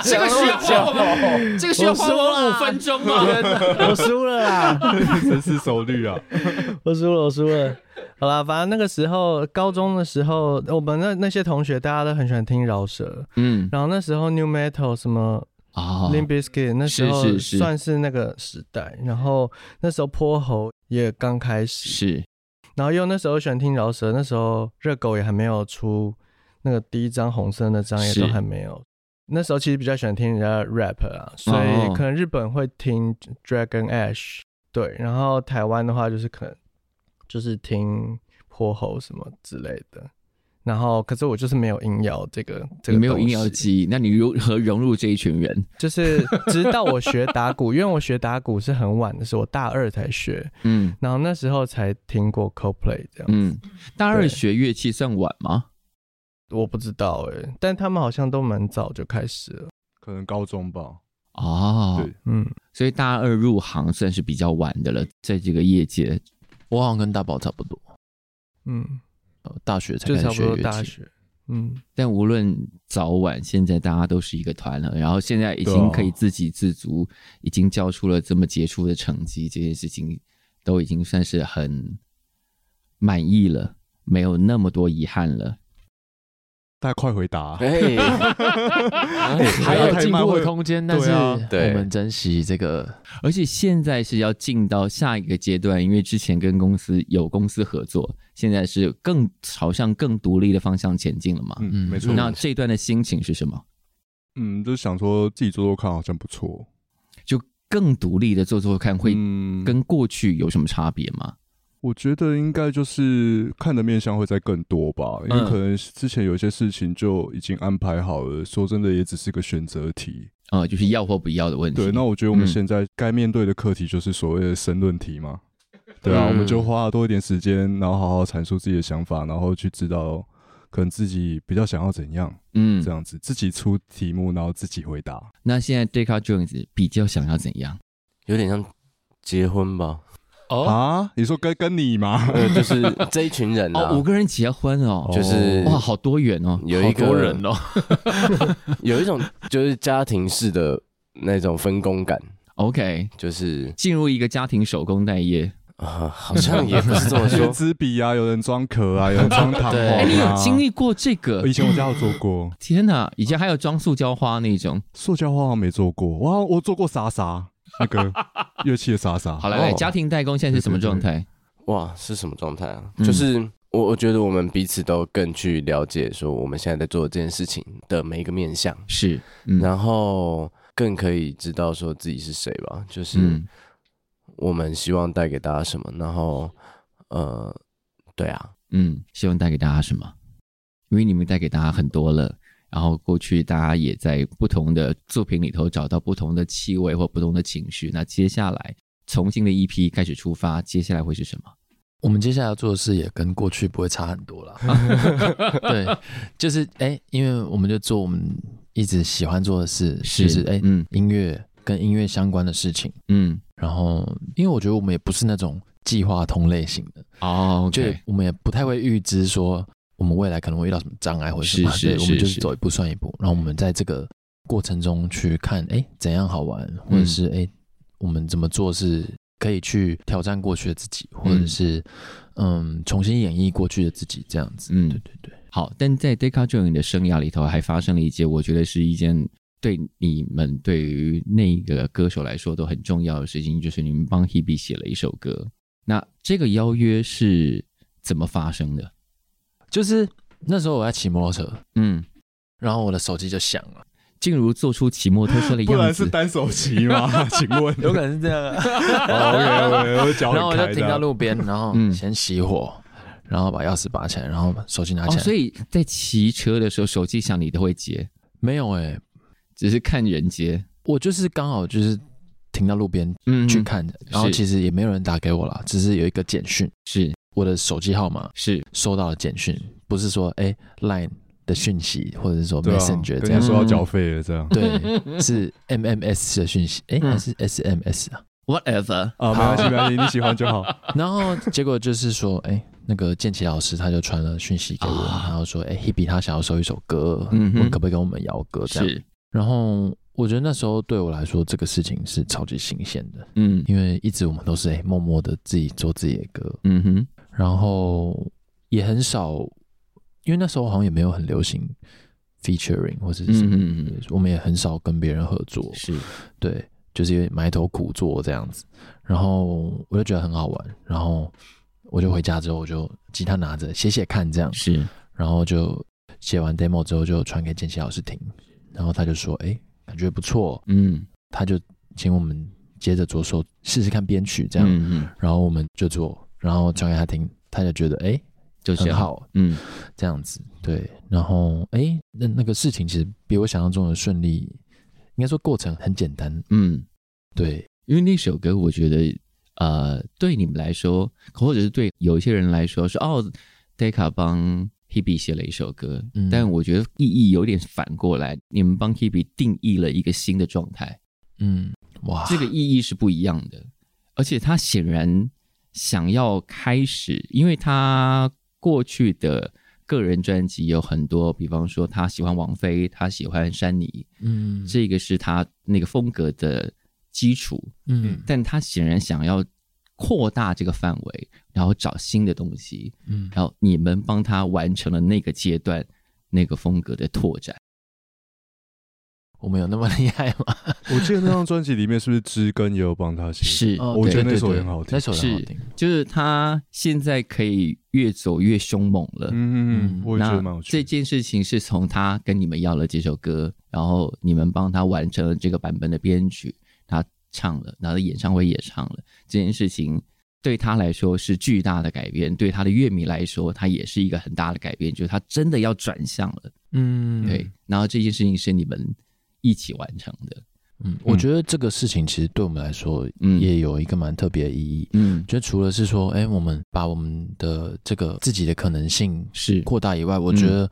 Speaker 1: 这个需要花我，这个需要花啊我五分钟吗？
Speaker 6: 我输了啦，
Speaker 3: 深思熟虑啊，
Speaker 6: 我输了，我输了。好啦，反正那个时候高中的时候，我们那那些同学大家都很喜欢听饶舌，
Speaker 1: 嗯
Speaker 6: 然后那时候 New Metal 什么
Speaker 1: 啊
Speaker 6: l i m b i s k i t 那时候
Speaker 1: 是是是
Speaker 6: 算是那个时代，然后那时候泼猴也刚开始，
Speaker 1: 是
Speaker 6: 然后又那时候喜欢听饶舌，那时候热狗也还没有出那个第一张红色那张也
Speaker 1: 是
Speaker 6: 都还没有。那时候其实比较喜欢听人家 rap 啊，所
Speaker 1: 哦
Speaker 6: 以可能日本会听 Dragon Ash，对，然后台湾的话就是可能就是听泼猴什么之类的，然后可是我就是没有音摇这个这
Speaker 1: 你
Speaker 6: 个
Speaker 1: 没有音
Speaker 6: 东
Speaker 1: 摇
Speaker 6: 西
Speaker 1: 记忆，那你如何融入这一群人？
Speaker 6: 就是直到我学打鼓，因为我学打鼓是很晚的时候，我大二才学，
Speaker 1: 嗯
Speaker 6: 然后那时候才听过 Coldplay 这样。
Speaker 1: 嗯，大二
Speaker 6: 对
Speaker 1: 学乐器算晚吗？
Speaker 6: 我不知道哎、但他们好像都蛮早就开始了。
Speaker 3: 可能高中吧。
Speaker 1: 哦
Speaker 3: 对，
Speaker 6: 嗯，
Speaker 1: 所以大二入行算是比较晚的了，在这个业界。
Speaker 2: 我好像跟大宝差不多，
Speaker 6: 嗯，
Speaker 2: 呃大学才
Speaker 6: 就
Speaker 2: 开
Speaker 6: 差
Speaker 2: 始
Speaker 6: 不
Speaker 2: 学
Speaker 6: 多
Speaker 2: 乐
Speaker 6: 大
Speaker 2: 器，
Speaker 6: 学。嗯，
Speaker 1: 但无论早晚，现在大家都是一个团了，然后现在已
Speaker 3: 对
Speaker 1: 经
Speaker 3: 啊
Speaker 1: 可以自给自足，已经交出了这么杰出的成绩，这件事情都已经算是很满意了，没有那么多遗憾了。
Speaker 3: 大家快回答啊、
Speaker 5: 哎、
Speaker 2: 还有进步的空间，但
Speaker 3: 对
Speaker 2: 是
Speaker 3: 啊
Speaker 5: 对
Speaker 2: 我们珍惜这个，
Speaker 1: 而且现在是要进到下一个阶段，因为之前跟公司有公司合作，现在是更朝向更独立的方向前进了嘛？
Speaker 3: 嗯，没错。
Speaker 1: 那这段的心情是什么？
Speaker 3: 嗯，就想说自己做做看，好像不错。
Speaker 1: 就更独立的做做看，会
Speaker 3: 嗯
Speaker 1: 跟过去有什么差别吗？
Speaker 3: 我觉得应该就是看的面相会再更多吧，因为
Speaker 1: 嗯
Speaker 3: 可能之前有些事情就已经安排好了。说真的，也只是个选择题。
Speaker 1: 呃，就是要或不要的问题。
Speaker 3: 对，那我觉得我们
Speaker 1: 嗯
Speaker 3: 现在该面对的课题就是所谓的申论题嘛。对啊，
Speaker 5: 嗯
Speaker 3: 我们就花多一点时间，然后好好阐述自己的想法，然后去知道可能自己比较想要怎样
Speaker 1: 嗯
Speaker 3: 这，样子，自己出题目然后自己回答。
Speaker 1: 那现在 Deca Jones 比较想要怎样？
Speaker 5: 有点像结婚吧，
Speaker 2: 哦
Speaker 3: 啊，你说跟跟你 吗？
Speaker 5: 呃，就是这一群人啊
Speaker 1: 哦，五，个人结婚哦，
Speaker 5: 就是
Speaker 1: 哇，好多元哦。
Speaker 5: 有一
Speaker 2: 好
Speaker 5: 个
Speaker 2: 多人哦，
Speaker 5: 有一种就是家庭式的那种分工感，
Speaker 1: OK，
Speaker 5: 就是
Speaker 1: 进入一个家庭手工代业。
Speaker 5: 啊，好像也不是这么
Speaker 3: 选
Speaker 5: 说，
Speaker 3: 纸笔啊，有人装壳啊，有人装弹簧
Speaker 2: 对
Speaker 1: 哎，你有
Speaker 3: 啊。
Speaker 1: 经历过这个
Speaker 3: 呃以？前我家有做过，
Speaker 1: 天哪，以前还有装塑胶花那种。
Speaker 3: 塑胶花好像没做过，哇，我做过沙沙那 个乐器的沙沙。
Speaker 1: 好，来来，
Speaker 5: 哦
Speaker 1: 家庭代工现在是什么状态？
Speaker 5: 哇，是什么状态啊？
Speaker 1: 嗯
Speaker 5: 就是我我觉得我们彼此都更去了解说我们现在在做这件事情的每一个面向，
Speaker 1: 是，嗯
Speaker 5: 然后更可以知道说自己是谁吧，就是
Speaker 1: 嗯，
Speaker 5: 我们希望带给大家什么，然后呃，对啊，
Speaker 1: 嗯，希望带给大家什么？因为你们带给大家很多了，然后过去大家也在不同的作品里头找到不同的气味或不同的情绪。那接下来重新的一批开始出发，接下来会是什么？
Speaker 2: 我们接下来要做的事也跟过去不会差很多 啦。对，就是哎、因为我们就做我们一直喜欢做的事，就是哎、
Speaker 1: 嗯
Speaker 2: 音乐跟音乐相关的事情。
Speaker 1: 嗯，
Speaker 2: 然后，因为我觉得我们也不是那种计划通类型的，
Speaker 1: 哦
Speaker 2: 就
Speaker 1: ，OK，
Speaker 2: 我们也不太会预知说我们未来可能会遇到什么障碍或者什么，
Speaker 1: 是是
Speaker 2: 对
Speaker 1: 是
Speaker 2: 我们就是是走一步算一步。然后我们在这个过程中去看，哎，怎样好玩，或
Speaker 1: 嗯
Speaker 2: 者是哎、诶我们怎么做是可以去挑战过去的自己，或者是嗯，重新演绎过去的自己，这样子。
Speaker 1: 嗯
Speaker 2: 对对对，
Speaker 1: 好，但在 Deca Jones 的生涯里头，还发生了一件我觉得是一件对你们对于那个歌手来说都很重要的事情，就是你们帮 Hebe 写了一首歌。那这个邀约是怎么发生的？
Speaker 2: 就是那时候我在骑摩托车，
Speaker 1: 嗯，
Speaker 2: 然后我的手机就响了，
Speaker 1: 静茹做出骑摩托车的
Speaker 3: 不
Speaker 1: 样
Speaker 3: 然是
Speaker 1: 子，
Speaker 3: 单手骑吗？ 请问
Speaker 2: 有可能是这样啊。
Speaker 3: OK，我脚很
Speaker 2: 然后我就
Speaker 3: 开
Speaker 2: 停
Speaker 3: 的啊
Speaker 2: 到路边，然后
Speaker 1: 哦嗯
Speaker 2: 先熄火，然后把钥匙拔起来，然后把手机拿起
Speaker 1: 哦，
Speaker 2: 来。
Speaker 1: 所以在骑车的时候，手机响你都会接，
Speaker 2: 没有哎、
Speaker 1: 只是看人接。
Speaker 2: 我就是刚好就是停到路边
Speaker 1: 嗯
Speaker 2: 去看的，然后
Speaker 1: 是
Speaker 2: 其实也没有人打给我啦，只是有一个简讯，
Speaker 1: 是
Speaker 2: 我的手机号码
Speaker 1: 是，
Speaker 2: 收到了简讯，不是说哎、Line 的讯息或者是说
Speaker 3: 对啊，
Speaker 2: Messenger 这
Speaker 3: 跟你
Speaker 2: 样，
Speaker 3: 说要缴费了这 样。
Speaker 2: 对，是 MMS 的讯息，哎、
Speaker 1: 嗯
Speaker 2: 还是 SMS 啊？
Speaker 1: whatever，
Speaker 3: 啊，没关系，没关系，你喜欢就 好。
Speaker 2: 然后结果就是说，哎、那个建奇老师他就传了讯息给我，
Speaker 1: 啊
Speaker 2: 然后说，哎、h hebe 他想要收一首歌，
Speaker 1: 嗯哼
Speaker 2: 我可不可以跟我们邀歌这样？
Speaker 1: 是，
Speaker 2: 然后我觉得那时候对我来说，这个事情是超级新鲜的，
Speaker 1: 嗯
Speaker 2: 因为一直我们都是哎、默默的自己做自己的歌，
Speaker 1: 嗯哼，
Speaker 2: 然后也很少，因为那时候好像也没有很流行 featuring 或是什
Speaker 1: 嗯
Speaker 2: 么，
Speaker 1: 嗯嗯，
Speaker 2: 我们也很少跟别人合作，
Speaker 1: 是，
Speaker 2: 对，就是有点埋头苦做这样子。然后我就觉得很好玩，然后我就回家之后，我就吉他拿着写写看这样，
Speaker 1: 是，
Speaker 2: 然后就写完 demo 之后就传给建奇老师听，然后他就说，哎，感觉不错，
Speaker 1: 嗯，
Speaker 2: 他就请我们接着着手试试看编曲
Speaker 1: 这
Speaker 2: 这样，
Speaker 1: 嗯嗯，
Speaker 2: 然后我们就做，然后传给他听，他就觉得哎。诶
Speaker 1: 就这
Speaker 2: 很
Speaker 1: 样，
Speaker 2: 好，
Speaker 1: 嗯
Speaker 2: 这样子，对。然后，哎，那那个事情其实比我想象中的顺利，应该说过程很简单，
Speaker 1: 嗯。
Speaker 2: 对，
Speaker 1: 因为那首歌，我觉得，呃，对你们来说，或者是对有一些人来说，是哦，Decca 帮 Hebe 写了一首歌，
Speaker 2: 嗯
Speaker 1: 但我觉得意义有点反过来，你们帮 Hebe 定义了一个新的状态，
Speaker 2: 嗯，哇，
Speaker 1: 这个意义是不一样的。而且他显然想要开始，因为他过去的个人专辑有很多，比方说他喜欢王菲，他喜欢山妮，
Speaker 2: 嗯，
Speaker 1: 这个是他那个风格的基础。
Speaker 2: 嗯
Speaker 1: 但他显然想要扩大这个范围，然后找新的东西，
Speaker 2: 嗯
Speaker 1: 然后你们帮他完成了那个阶段那个风格的拓展。
Speaker 2: 我们有那么厉害吗？
Speaker 3: 我记得那张专辑里面是不是知根也有帮他写？
Speaker 1: 是，
Speaker 2: 哦
Speaker 3: 我
Speaker 2: 对
Speaker 3: 觉得
Speaker 2: 对
Speaker 3: 那首
Speaker 2: 对
Speaker 3: 也很好听
Speaker 2: 那首也很好听，
Speaker 1: 就是他现在可以越走越凶猛了。
Speaker 3: 嗯嗯，
Speaker 2: 嗯
Speaker 3: 我也觉得蛮
Speaker 1: 那
Speaker 3: 有趣
Speaker 1: 这
Speaker 3: 的。
Speaker 1: 件事情是从他跟你们要了这首歌，然后你们帮他完成了这个版本的编曲，他唱了，然后演唱会也唱了。这件事情对他来说是巨大的改变，对他的乐迷来说，他也是一个很大的改变，就是他真的要转向了。
Speaker 2: 嗯
Speaker 1: 对，，然后这件事情是你们一起完成的，
Speaker 2: 嗯，我觉得这个事情其实对我们来说
Speaker 1: 嗯
Speaker 2: 也有一个蛮特别的意义。
Speaker 1: 嗯，
Speaker 2: 觉得除了是说，哎、我们把我们的这个自己的可能性
Speaker 1: 是
Speaker 2: 扩大以外，我
Speaker 1: 嗯
Speaker 2: 觉得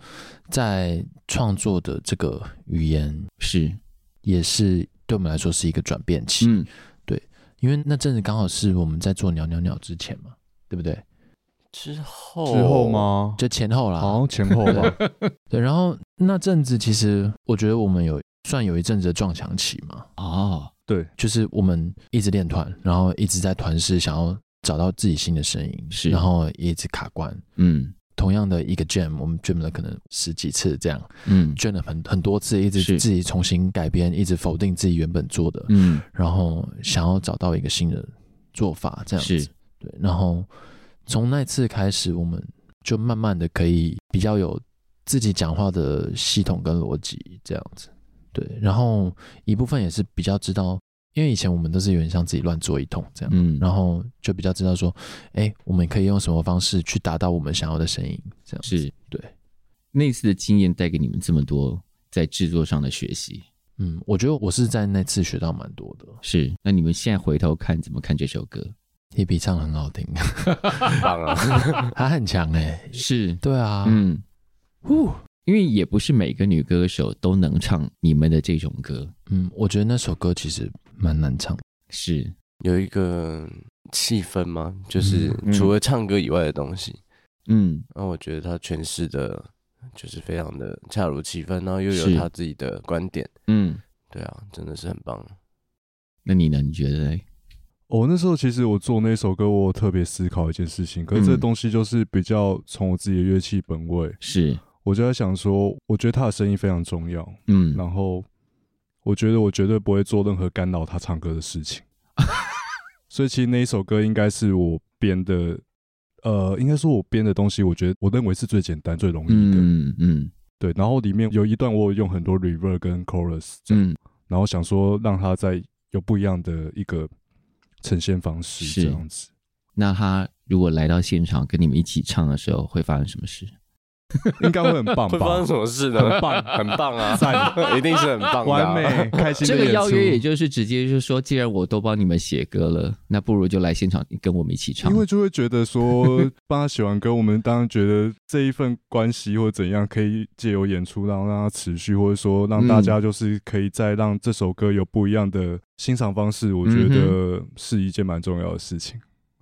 Speaker 2: 在创作的这个语言
Speaker 1: 是，
Speaker 2: 也是对我们来说是一个转变期，
Speaker 1: 嗯，
Speaker 2: 因为那阵子刚好是我们在做鸟鸟鸟之前嘛，对不对？
Speaker 5: 之后
Speaker 3: 之后？
Speaker 1: 哦
Speaker 3: 吗？
Speaker 2: 就前后啦，
Speaker 3: 好像前后吧，
Speaker 2: 对。然后那阵子其实我觉得我们有算有一阵子的撞墙期嘛，
Speaker 1: 哦，
Speaker 3: 对，
Speaker 2: 就是我们一直练团，然后一直在团试想要找到自己新的声音，
Speaker 1: 是
Speaker 2: 然后也一直卡关。
Speaker 1: 嗯
Speaker 2: 同样的一个 jam，我们 jam 了可能十几次这样，
Speaker 1: 嗯
Speaker 2: jam 了很很多次，一直
Speaker 1: 是
Speaker 2: 自己重新改编，一直否定自己原本做的，
Speaker 1: 嗯，
Speaker 2: 然后想要找到一个新的做法，这样子
Speaker 1: 是。
Speaker 2: 对，然后从那次开始，我们就慢慢的可以比较有自己讲话的系统跟逻辑这样子。对，然后一部分也是比较知道，因为以前我们都是有点像自己乱做一通这样，
Speaker 1: 嗯，
Speaker 2: 然后就比较知道说，哎，我们可以用什么方式去达到我们想要的声音，这样子
Speaker 1: 是
Speaker 2: 对。
Speaker 1: 那次的经验带给你们这么多在制作上的学习，
Speaker 2: 嗯，我觉得我是在那次学到蛮多的。
Speaker 1: 是。那你们现在回头看怎么看这首歌？
Speaker 2: 也比唱得很好听，
Speaker 5: 棒啊！
Speaker 2: 他很强哎、
Speaker 1: 是，
Speaker 2: 对啊，
Speaker 1: 嗯，因为也不是每个女歌手都能唱你们的这种歌，
Speaker 2: 嗯，我觉得那首歌其实蛮难唱的，
Speaker 1: 是，
Speaker 5: 有一个气氛吗？就是
Speaker 1: 嗯
Speaker 5: 除了唱歌以外的东西。
Speaker 1: 嗯，
Speaker 5: 那我觉得他诠释的，就是非常的恰如其分，然后又
Speaker 1: 是
Speaker 5: 有他自己的观点。
Speaker 1: 嗯，
Speaker 5: 对啊，真的是很棒。
Speaker 1: 那你呢？你觉得嘞？
Speaker 3: 我、哦那时候其实我做那首歌，我有特别思考一件事情，可是这
Speaker 1: 嗯
Speaker 3: 东西就是比较从我自己的乐器本位，
Speaker 1: 是，
Speaker 3: 我就在想说，我觉得他的声音非常重要，
Speaker 1: 嗯，
Speaker 3: 然后我觉得我绝对不会做任何干扰他唱歌的事情， 所以其实那一首歌应该是我编的，呃，应该说我编的东西，我觉得我认为是最简单、最容易的，
Speaker 1: 嗯嗯
Speaker 3: 对。然后里面有一段我有用很多 reverb 跟 chorus，这样
Speaker 1: 嗯，
Speaker 3: 然后想说让他在有不一样的一个呈现方式
Speaker 1: 是
Speaker 3: 这样子。
Speaker 1: 那他如果来到现场跟你们一起唱的时候，会发生什么事？
Speaker 3: 应该会很棒
Speaker 5: 会发
Speaker 3: 吧
Speaker 5: 生？什么事呢？
Speaker 3: 很棒，
Speaker 5: 很棒 啊！
Speaker 3: 赞
Speaker 5: 一定是很棒的
Speaker 3: 完
Speaker 5: 啊、
Speaker 3: 美，开心
Speaker 1: 这
Speaker 3: 的
Speaker 1: 个
Speaker 3: 演
Speaker 1: 邀约也
Speaker 3: 出。
Speaker 1: 就是直接就是说，既然我都帮你们写歌了，那不如就来现场跟我们一起唱
Speaker 3: 因。为就会觉得说，帮他写完歌，我们当然觉得这一份关系或怎样，可以借由演出，然后让它持续，或者说让大
Speaker 1: 嗯
Speaker 3: 家就是可以再让这首歌有不一样的欣赏方式，
Speaker 1: 嗯
Speaker 3: 我觉得是一件蛮重要的事情。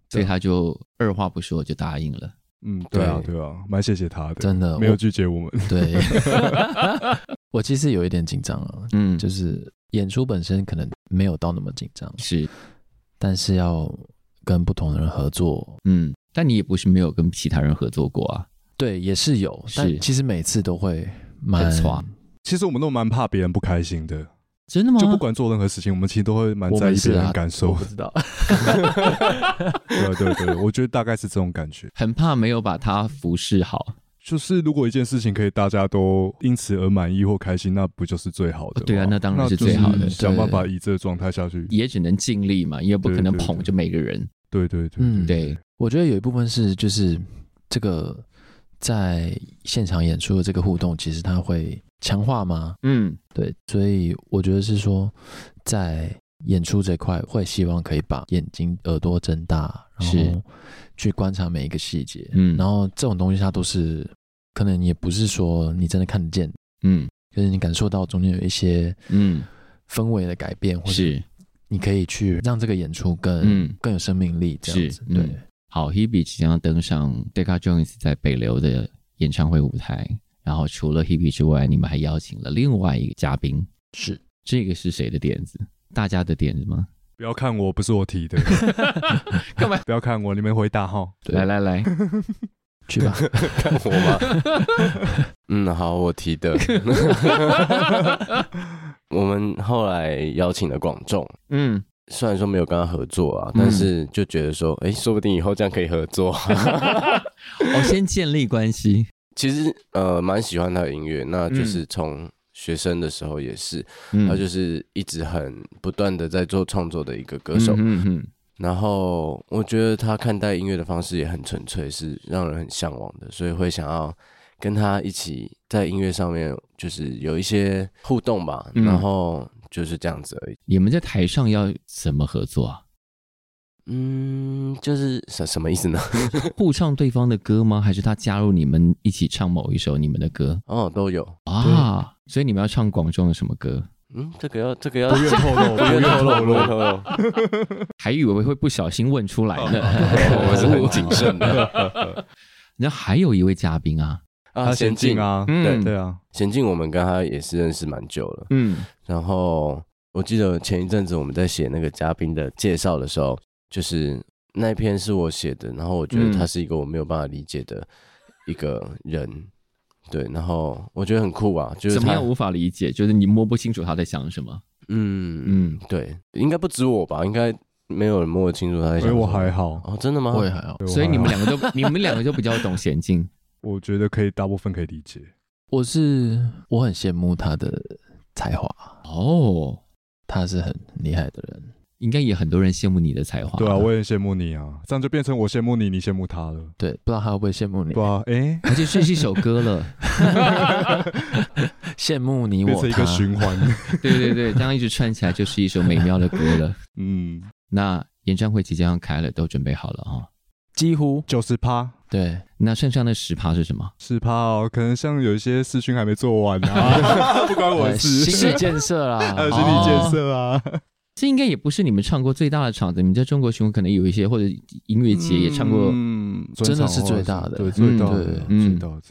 Speaker 1: 所以他就二话不说就答应了。
Speaker 3: 嗯，对啊，
Speaker 2: 对
Speaker 3: 对啊，蛮谢谢他的，
Speaker 2: 真的
Speaker 3: 没有
Speaker 2: 我
Speaker 3: 拒绝我们。
Speaker 2: 对。 我其实有一点紧张啊，
Speaker 1: 嗯，
Speaker 2: 就是是演出本身可能没有到那么紧张，
Speaker 1: 是
Speaker 2: 但是要跟不同的人合作，
Speaker 1: 嗯，但你也不是没有跟其他人合作过啊。
Speaker 2: 对，也是有，
Speaker 1: 是
Speaker 2: 但其实每次都会蛮
Speaker 1: 很挫
Speaker 3: 其实我们都蛮怕别人不开心的，
Speaker 1: 真的吗？
Speaker 3: 就不管做任何事情，我们其实都会蛮
Speaker 2: 我
Speaker 3: 在
Speaker 2: 们
Speaker 3: 意
Speaker 2: 是
Speaker 3: 别
Speaker 2: 啊
Speaker 3: 人感受
Speaker 2: 我。不 知道，
Speaker 3: 对对啊对，我觉得大概是这种感觉。
Speaker 1: 很怕没有把它服侍好。
Speaker 3: 就是如果一件事情可以大家都因此而满意或开心，那不就是最好的吗、
Speaker 1: 哦对啊那当然是
Speaker 3: 就是
Speaker 1: 最好的
Speaker 3: 想
Speaker 2: 对
Speaker 3: 办法以这个状态下去。
Speaker 1: 也只能尽力嘛，因为不可能
Speaker 3: 对对对
Speaker 1: 捧着每个人。
Speaker 3: 对对对，
Speaker 2: 嗯，
Speaker 1: 对，
Speaker 2: 我觉得有一部分是就是这个在现场演出的这个互动，其实它会强化吗？
Speaker 1: 嗯，
Speaker 2: 对，所以我觉得是说，在演出这块会希望可以把眼睛、耳朵睁大，然
Speaker 1: 是
Speaker 2: 后去观察每一个细节。
Speaker 1: 嗯
Speaker 2: 然后这种东西它都是可能也不是说你真的看得见，
Speaker 1: 嗯
Speaker 2: 可是你感受到中间有一些
Speaker 1: 嗯，
Speaker 2: 氛围的改变，或者
Speaker 1: 是
Speaker 2: 你可以去让这个演出更、
Speaker 1: 嗯
Speaker 2: 更有生命力，这样
Speaker 1: 是
Speaker 2: 子。
Speaker 1: 嗯
Speaker 2: 对，
Speaker 1: 好。Hebe 即将登上 Decca Jones 在北流的演唱会舞台，然后除了 Hebe 之外，你们还邀请了另外一个嘉宾，
Speaker 2: 是
Speaker 1: 这个是谁的点子？大家的点子吗？
Speaker 3: 不要看我，不是我提的，
Speaker 1: 干嘛？
Speaker 3: 不要看我，你们回答哈。
Speaker 2: 对
Speaker 1: 来来来，
Speaker 2: 去 吧。
Speaker 5: 看我吗？ 嗯，好，我提的。 我们后来邀请了广众，
Speaker 1: 嗯，
Speaker 5: 虽然说没有跟他合作啊，
Speaker 1: 嗯
Speaker 5: 但是就觉得说，哎、说不定以后这样可以合作。啊
Speaker 1: 我、哦先建立关系。
Speaker 5: 其实呃，蛮喜欢他的音乐，那就是从学生的时候也是，
Speaker 1: 嗯
Speaker 5: 他就是一直很不断的在做创作的一个歌手。
Speaker 1: 嗯嗯
Speaker 5: 然后我觉得他看待音乐的方式也很纯粹，是让人很向往的，所以会想要跟他一起在音乐上面就是有一些互动吧。
Speaker 1: 嗯
Speaker 5: 然后就是这样子而已。
Speaker 1: 你们在台上要怎么合作啊？
Speaker 5: 嗯，就是什什么意思呢？
Speaker 1: 互唱对方的歌吗？还是他加入你们一起唱某一首你们的歌
Speaker 5: 哦，都有。
Speaker 1: 啊？所以你们要唱广州的什么歌？
Speaker 5: 嗯，这个要这个要
Speaker 3: 不愿透露，不愿透露，
Speaker 5: 不愿透 露。
Speaker 1: 还以为会不小心问出来 呢。
Speaker 5: 我是很谨慎的。
Speaker 1: 然后还有一位嘉宾啊，
Speaker 3: 他
Speaker 5: 啊，
Speaker 3: 先
Speaker 5: 先进
Speaker 3: 进，啊，
Speaker 1: 嗯
Speaker 3: 对啊，
Speaker 5: 先进，我们跟他也是认识蛮久了。
Speaker 1: 嗯，
Speaker 5: 然后我记得前一阵子我们在写那个嘉宾的介绍的时候，就是那一篇是我写的，然后我觉得他是一个我没有办法理解的一个人，对，然后我觉得很酷啊，就是
Speaker 1: 怎么
Speaker 5: 他
Speaker 1: 样，无法理解？就是你摸不清楚他在想什么。
Speaker 5: 嗯嗯，
Speaker 1: 嗯，
Speaker 5: 对，应该不止我吧，应该没有人摸得清楚他在
Speaker 3: 所
Speaker 5: 想
Speaker 3: 以
Speaker 5: 什
Speaker 3: 我
Speaker 5: 么。
Speaker 3: 还好，
Speaker 5: 哦，真的吗？
Speaker 2: 我也还好。
Speaker 3: 对我
Speaker 1: 所以
Speaker 3: 还
Speaker 1: 你们
Speaker 3: 好
Speaker 1: 两个 都，你们两个就比较懂娴静。
Speaker 3: 我觉得可以，大部分可以理解。
Speaker 2: 我是我很羡慕他的才华，
Speaker 1: 哦，
Speaker 2: 他是很厉害的人。
Speaker 1: 应该也很多人羡慕你的才华。
Speaker 3: 对啊，我也很羡慕你啊，这样就变成我羡慕你，你羡慕他了，
Speaker 2: 对，不知道他会不会羡慕你
Speaker 3: 对？啊，哎，
Speaker 1: 而且这是一首歌了。
Speaker 2: 羡慕你
Speaker 3: 变
Speaker 2: 我
Speaker 3: 成一
Speaker 2: 他
Speaker 3: 个。循环。
Speaker 1: 对对对，这样一直串起来就是一首美妙的歌了。
Speaker 3: 嗯，
Speaker 1: 那演唱会即将要开了，都准备好了啊、
Speaker 2: 几乎
Speaker 3: 九十趴。
Speaker 2: 对，
Speaker 1: 那剩下的十趴是什么？
Speaker 3: 十趴哦，可能像有一些事情还没做完啊， 不关我
Speaker 2: 呃
Speaker 3: 的
Speaker 2: 心
Speaker 3: 事
Speaker 2: 理。建 设啦，哦
Speaker 3: 还有心理建设啊，
Speaker 1: 这应该也不是你们唱过最大的场子，你们在中国巡回可能有一些，或者音乐节也唱过，
Speaker 3: 嗯，
Speaker 2: 真的是
Speaker 3: 专
Speaker 2: 最大
Speaker 3: 场
Speaker 2: 的
Speaker 3: 对，最大
Speaker 1: 嗯
Speaker 3: 的，
Speaker 1: 对
Speaker 3: 最大的。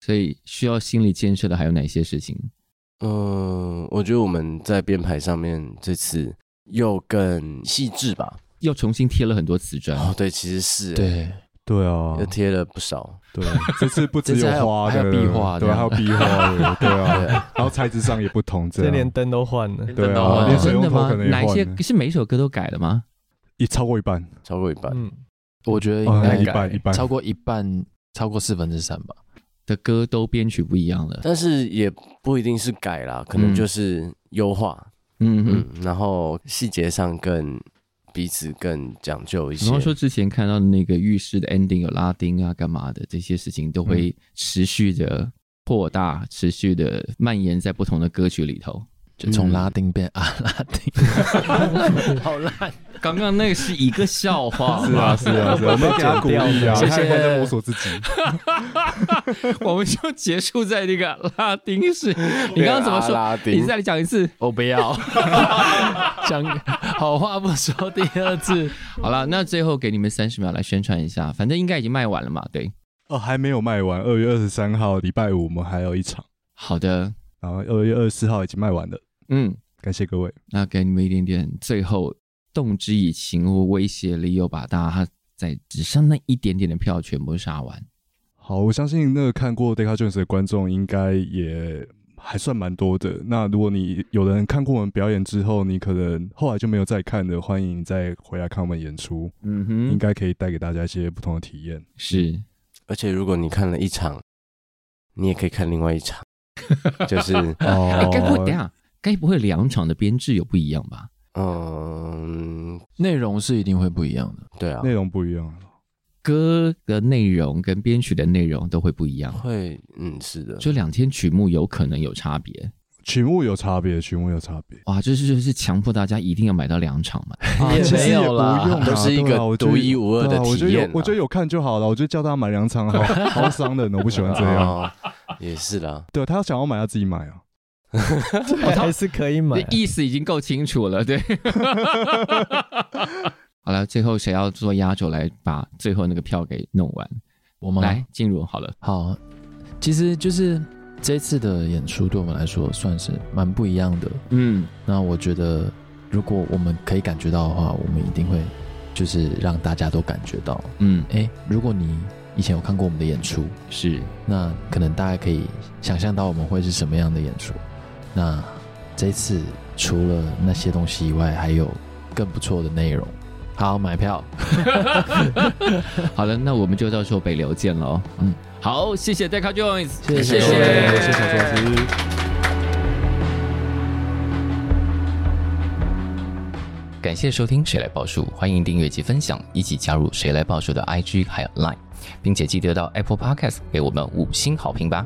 Speaker 1: 所以需要心理建设的还有哪些事情？
Speaker 5: 嗯、我觉得我们在编排上面这次又更细致吧。
Speaker 1: 要重新贴了很多瓷砖，
Speaker 5: 哦，对，其实是，
Speaker 2: 对，
Speaker 3: 对啊
Speaker 5: 又，贴了不少。
Speaker 3: 对，这次不只
Speaker 2: 这次还有
Speaker 3: 花
Speaker 2: 还有
Speaker 3: 的，
Speaker 2: 壁画
Speaker 3: 对，啊
Speaker 2: 这样
Speaker 3: 还有壁画 的，对啊，
Speaker 5: 对。
Speaker 3: 然后材质上也不同，
Speaker 2: 啊
Speaker 3: 这
Speaker 6: 这
Speaker 3: 样
Speaker 6: 连灯都换了，
Speaker 3: 对
Speaker 2: 都
Speaker 3: 啊，
Speaker 2: 换
Speaker 3: 连
Speaker 2: 了
Speaker 3: 水
Speaker 1: 真
Speaker 3: 龙
Speaker 1: 的
Speaker 3: 头
Speaker 1: 吗
Speaker 3: 可能？也
Speaker 1: 哪一
Speaker 3: 换
Speaker 1: 些
Speaker 3: 了，
Speaker 1: 是每一首歌都改了吗？
Speaker 3: 一超过一半，
Speaker 5: 超过一
Speaker 2: 啊
Speaker 5: 半。
Speaker 6: 嗯，
Speaker 2: 我觉得
Speaker 3: 哦
Speaker 2: 应该
Speaker 3: 一
Speaker 2: 改
Speaker 3: 半一半
Speaker 2: 超过一半，超过四分之三吧。
Speaker 1: 的歌都编曲不一样了。
Speaker 5: 但是也不一定是改啦，可
Speaker 3: 嗯
Speaker 5: 能就是优化，
Speaker 1: 嗯嗯
Speaker 5: 嗯，，然后细节上更彼此更讲究一
Speaker 1: 比
Speaker 5: 些
Speaker 1: 方。说之前看到的那个浴室的 ending 有拉丁啊，干嘛的这些事情都会
Speaker 3: 嗯
Speaker 1: 持续的扩大，持续的蔓延在不同的歌曲里头。
Speaker 2: 就从
Speaker 5: 嗯
Speaker 2: 拉丁变阿拉丁，好烂。
Speaker 1: 刚刚那个是一个笑话，
Speaker 3: 是啊，是啊，是啊，我们给他鼓励啊，
Speaker 2: 谢谢
Speaker 3: 他也在摸索自己，
Speaker 1: 我们就结束在那个拉丁式。你刚刚怎么
Speaker 5: 阿
Speaker 1: 说？
Speaker 5: 啊拉
Speaker 1: 你
Speaker 5: 丁
Speaker 1: 再来讲一次。
Speaker 2: 我 不要，讲好话不说 第二 次。
Speaker 1: 好了，那最后给你们三十秒来宣传一下，反正应该已经卖完了嘛。对，
Speaker 3: 哦，还没有卖完，二月二十三号礼拜五我们还有一场，
Speaker 1: 好的，
Speaker 3: 然后二月二十四号已经卖完了，
Speaker 1: 嗯，
Speaker 3: 感谢各位。
Speaker 1: 那给你们一点点最后动之以情或威胁利诱，把大家在只剩那一点点的票全部杀完。
Speaker 3: 好，我相信那个看过 Deca Jones 的观众应该也还算蛮多的。那如果你有人看过我们表演之后，你可能后来就没有再看的，欢迎你再回来看我们演出，
Speaker 1: 嗯
Speaker 3: 应
Speaker 1: 哼，
Speaker 3: 该可以带给大家一些不同的体 验。
Speaker 1: 是
Speaker 5: 而且如果你看了一场，你也可以看另外一 场，就是
Speaker 1: 哎，该不会等一
Speaker 3: 哦，
Speaker 1: 下该不会两场的编制有不一样吧？
Speaker 5: 嗯，
Speaker 2: 内容是一定会不一样的，
Speaker 5: 对啊
Speaker 3: 内，容不一 样，
Speaker 1: 歌的内容跟编曲的内容都会不一样，
Speaker 5: 会，嗯，是的，
Speaker 1: 就两天曲目有可能有差别。
Speaker 3: 曲目有差别，曲目有差别。
Speaker 1: 哇，这是就是强迫大家一定要买到两场嘛？
Speaker 2: 啊
Speaker 3: 其实
Speaker 2: 没
Speaker 3: 也不
Speaker 2: 有
Speaker 3: 用
Speaker 2: 啦，
Speaker 3: 啊
Speaker 5: 都是一
Speaker 3: 对啊
Speaker 5: 个
Speaker 3: 我觉得
Speaker 5: 独一无二
Speaker 3: 对
Speaker 5: 的
Speaker 3: 啊我觉
Speaker 5: 体
Speaker 3: 得有
Speaker 5: 验啊。
Speaker 3: 我觉得有看就好了。我觉得叫大家买两场，好好伤人哦，我不喜欢这 样。
Speaker 5: 哦，也是啦，
Speaker 3: 对他想要买，他自己买啊。
Speaker 2: 哦
Speaker 6: 还是可以买啊。
Speaker 1: 意思已经够清楚了，对。好了，最后谁要做压轴来把最后那个票给弄完？
Speaker 2: 我们
Speaker 3: 嗯
Speaker 1: 来，进入好了。
Speaker 2: 好，其实就是这次的演出对我们来说算是蛮不一样的。
Speaker 1: 嗯，
Speaker 2: 那我觉得，如果我们可以感觉到的话，我们一定会就是让大家都感觉到。
Speaker 1: 嗯，
Speaker 2: 哎，如果你以前有看过我们的演出，
Speaker 1: 是
Speaker 2: 那可能大家可以想象到我们会是什么样的演出。那这次除了那些东西以外，还有更不错的内容。好，买票，
Speaker 1: 好了，那我们就到时候北流见喽。嗯，好，谢谢 Deca Jones，
Speaker 2: 谢谢
Speaker 1: 谢
Speaker 2: 各位谢谢
Speaker 1: 小
Speaker 2: 小
Speaker 1: 老师。感谢收听《谁来报数》，欢迎订阅及分享，一起加入《谁来报数》的 IG 还有 Line，并且记得到 Apple Podcast 给我们五星好评吧。